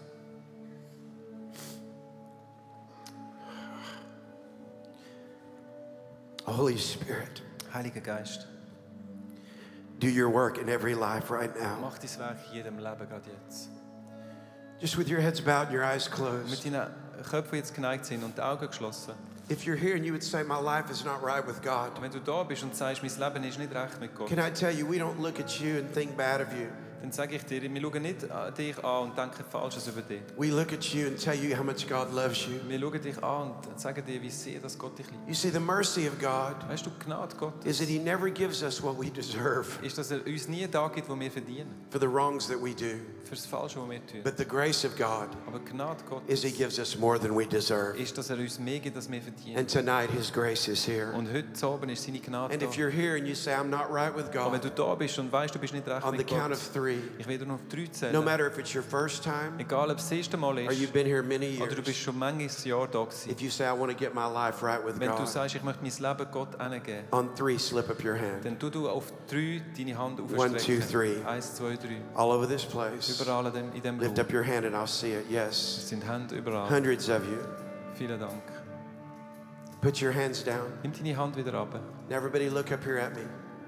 S2: Holy Spirit,
S3: Heiliger Geist,
S2: do your work in every life right now.
S3: mach dein Werk in jedem Leben gerade jetzt.
S2: Just with your heads bowed and your eyes
S3: Mit
S2: closed.
S3: deinen Köpfen die jetzt geneigt sind und die Augen geschlossen.
S2: If you're here and you would say, My life is not right with God,
S3: Wenn du da bist und sagst, mein Leben ist nicht recht mit Gott,
S2: can I tell you, we don't look at you and think bad of you.
S3: dann sage ich dir, wir schauen nicht an dich an und denken Falsches über dich.
S2: We look at you and tell you how much God loves you.
S3: Wir schauen dich an und sagen dir, wie sehr dass Gott dich liebt.
S2: You see, the mercy of God
S3: Weißt du, die Gnade Gottes
S2: is that He never gives us what we deserve
S3: ist, dass er uns nie da gibt, wo wir verdienen,
S2: for the wrongs that we do.
S3: für das Falsche, was wir tun.
S2: But the grace of God
S3: Aber die Gnade
S2: is He
S3: Gottes
S2: gives us more than we deserve.
S3: ist, dass er uns mehr gibt, als wir verdienen.
S2: And tonight, His grace is here.
S3: Und heute Abend ist seine Gnade
S2: And if
S3: da.
S2: you're here and you say, I'm not right with
S3: Und wenn du
S2: God,
S3: da bist und weißt, du bist nicht recht
S2: on the
S3: mit
S2: count
S3: Gott,
S2: of three,
S3: ich werde nur auf drei
S2: no
S3: zählen.
S2: matter if it's your first time
S3: Egal, ob es das erste Mal
S2: or you've
S3: ist,
S2: been here many
S3: oder du bist
S2: years,
S3: schon manches Jahr da gewesen.
S2: if you say, I want to get my life right with
S3: Wenn du
S2: God,
S3: sagst, ich möchte mein Leben Gott hingeben,
S2: on three, slip up your hand.
S3: dann tu du auf drei deine Hand
S2: One, two, three.
S3: aufstrecken. Eins, zwei, drei.
S2: All over this place,
S3: Überall in dem, in dem Raum.
S2: lift up your hand and I'll see it.
S3: Es
S2: Yes.
S3: sind Hände überall.
S2: Hundreds of you.
S3: Vielen Dank.
S2: Put your hands down.
S3: Nimm deine Hand wieder ab.
S2: And Everybody, look up here at me.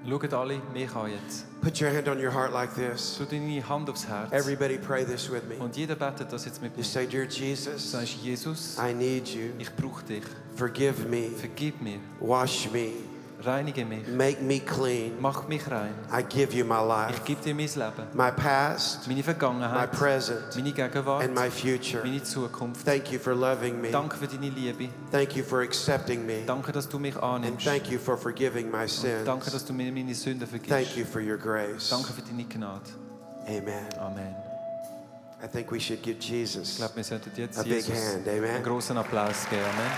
S3: Schaut alle mich an jetzt.
S2: Put your hand on your heart like this.
S3: Tu deine Hand aufs Herz.
S2: Everybody, pray this with me.
S3: Und jeder betet das jetzt mit
S2: You
S3: mir.
S2: say, Dear Jesus,
S3: Sagst Jesus,
S2: I need you.
S3: ich brauche dich.
S2: Forgive me.
S3: Vergib mir.
S2: Wash me.
S3: Reinige mich.
S2: Make me clean.
S3: Mach mich rein.
S2: I give you my life,
S3: Ich gebe dir mein Leben.
S2: my past,
S3: Meine
S2: my
S3: Vergangenheit.
S2: present,
S3: Meine Gegenwart.
S2: and my future.
S3: Meine Zukunft.
S2: Thank you for loving me.
S3: Danke für deine Liebe.
S2: Thank you for accepting me.
S3: Danke, dass du mich
S2: And
S3: annimmst.
S2: thank you for forgiving my
S3: Danke,
S2: sins.
S3: dass du mir meine Sünden
S2: Thank
S3: vergibst.
S2: you for your grace.
S3: Danke für deine Gnade.
S2: Amen.
S3: Amen.
S2: I think we should give
S3: Ich
S2: Jesus.
S3: glaube, wir sollten
S2: A
S3: jetzt
S2: big
S3: Jesus
S2: hand, amen.
S3: einen großen Applaus geben. Amen.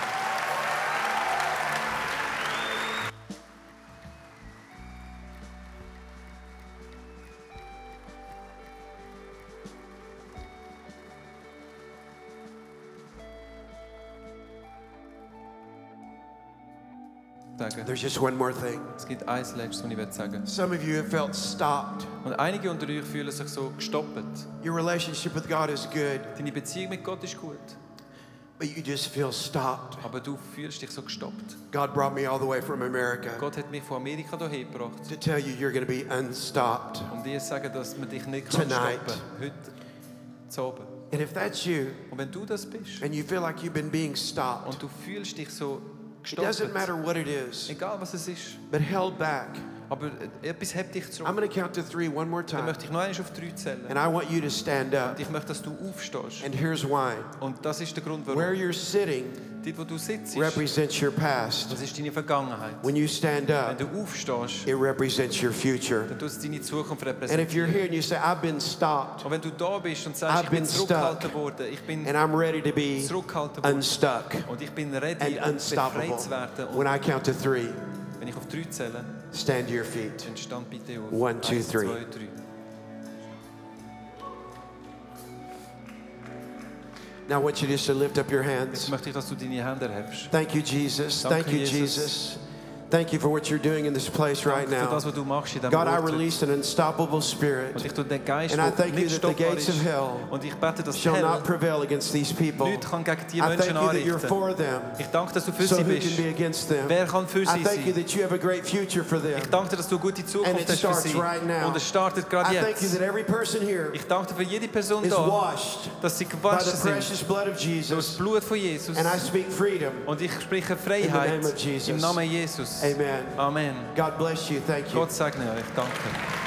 S3: Sagen.
S2: There's just one more thing.
S3: Es gibt ein letztes, was ich will sagen
S2: Some of you have felt stopped.
S3: Und einige unter euch fühlen sich so gestoppt.
S2: Your relationship with God is good,
S3: Deine Beziehung mit Gott ist gut,
S2: but you just feel stopped.
S3: aber du fühlst dich so gestoppt.
S2: God brought me all the way from America
S3: Gott hat mich von Amerika hierher gebracht,
S2: to tell you you're going to be unstopped.
S3: um dir zu sagen, dass man dich nicht kann
S2: Tonight.
S3: stoppen Heute, zu Abend.
S2: And if that's you
S3: Und wenn du das bist
S2: and you feel like you've been being stopped,
S3: und du fühlst dich so
S2: it doesn't
S3: gestoppt,
S2: matter what it is,
S3: egal was es ist,
S2: but held back
S3: aber Aber äh, etwas hebt dich zurück.
S2: I'm going to count to three one more
S3: Dann
S2: time.
S3: möchte ich noch einmal auf drei zählen.
S2: And I want you to stand up.
S3: Und ich möchte, dass du aufstehst.
S2: And here's why.
S3: Und das ist der Grund, warum.
S2: Where you're sitting
S3: Dort, wo du sitzt,
S2: represents your past.
S3: das ist deine Vergangenheit.
S2: When you stand
S3: Wenn
S2: up,
S3: du aufstehst,
S2: it represents your future.
S3: dann tust du deine Zukunft
S2: And if
S3: repräsentieren.
S2: you're here and you say, I've been stopped
S3: Und wenn du da bist und sagst,
S2: I've
S3: ich bin
S2: been
S3: zurückgehalten
S2: stuck.
S3: worden, ich bin
S2: and I'm ready to be
S3: zurückgehalten worden
S2: unstuck
S3: und ich bin
S2: and
S3: ready, um
S2: unstoppable,
S3: befreit zu werden. Und
S2: when I count to three,
S3: wenn ich auf drei zähle,
S2: stand to your feet.
S3: dann stand bitte auf.
S2: One, two,
S3: Eins,
S2: three.
S3: zwei, drei.
S2: Now I want you just to lift up your
S3: Jetzt
S2: hands.
S3: möchte ich, dass du deine Hände erhebst.
S2: Thank you, Jesus.
S3: Danke,
S2: Thank you,
S3: Jesus.
S2: Jesus. Thank you for what you're doing in this place right
S3: Für das,
S2: now.
S3: was du machst in diesem
S2: God, I
S3: Ort.
S2: release an unstoppable
S3: Und
S2: spirit
S3: ich tue den Geist,
S2: And I
S3: der
S2: thank you
S3: nicht
S2: that the
S3: stoppbar
S2: gates of hell
S3: ist. Und ich bete, dass die
S2: shall
S3: Hölle
S2: not prevail against these people.
S3: nichts kann gegen die
S2: I thank
S3: Menschen
S2: you that you're
S3: anrichten
S2: for them.
S3: Ich danke, dass du für
S2: So
S3: sie
S2: who can
S3: bist.
S2: be against them?
S3: Wer kann für
S2: I
S3: sie
S2: thank you
S3: sein?
S2: that you have a great future for them.
S3: Ich danke dir, dass du eine gute
S2: And it
S3: Zukunft hast für
S2: starts
S3: sie.
S2: right now.
S3: Und es startet gerade
S2: I thank you
S3: jetzt.
S2: that every person here
S3: Ich danke dir für jede Person
S2: is
S3: da,
S2: washed
S3: dass sie
S2: by the
S3: gewaschen sind
S2: precious blood of
S3: durch das
S2: Jesus.
S3: Blut von Jesus.
S2: And I speak freedom.
S3: Und ich spreche
S2: In the name
S3: Freiheit
S2: of Jesus.
S3: im Namen Jesus.
S2: Amen.
S3: Amen.
S2: God bless you. Thank you.
S3: Gott segne euch. Danke.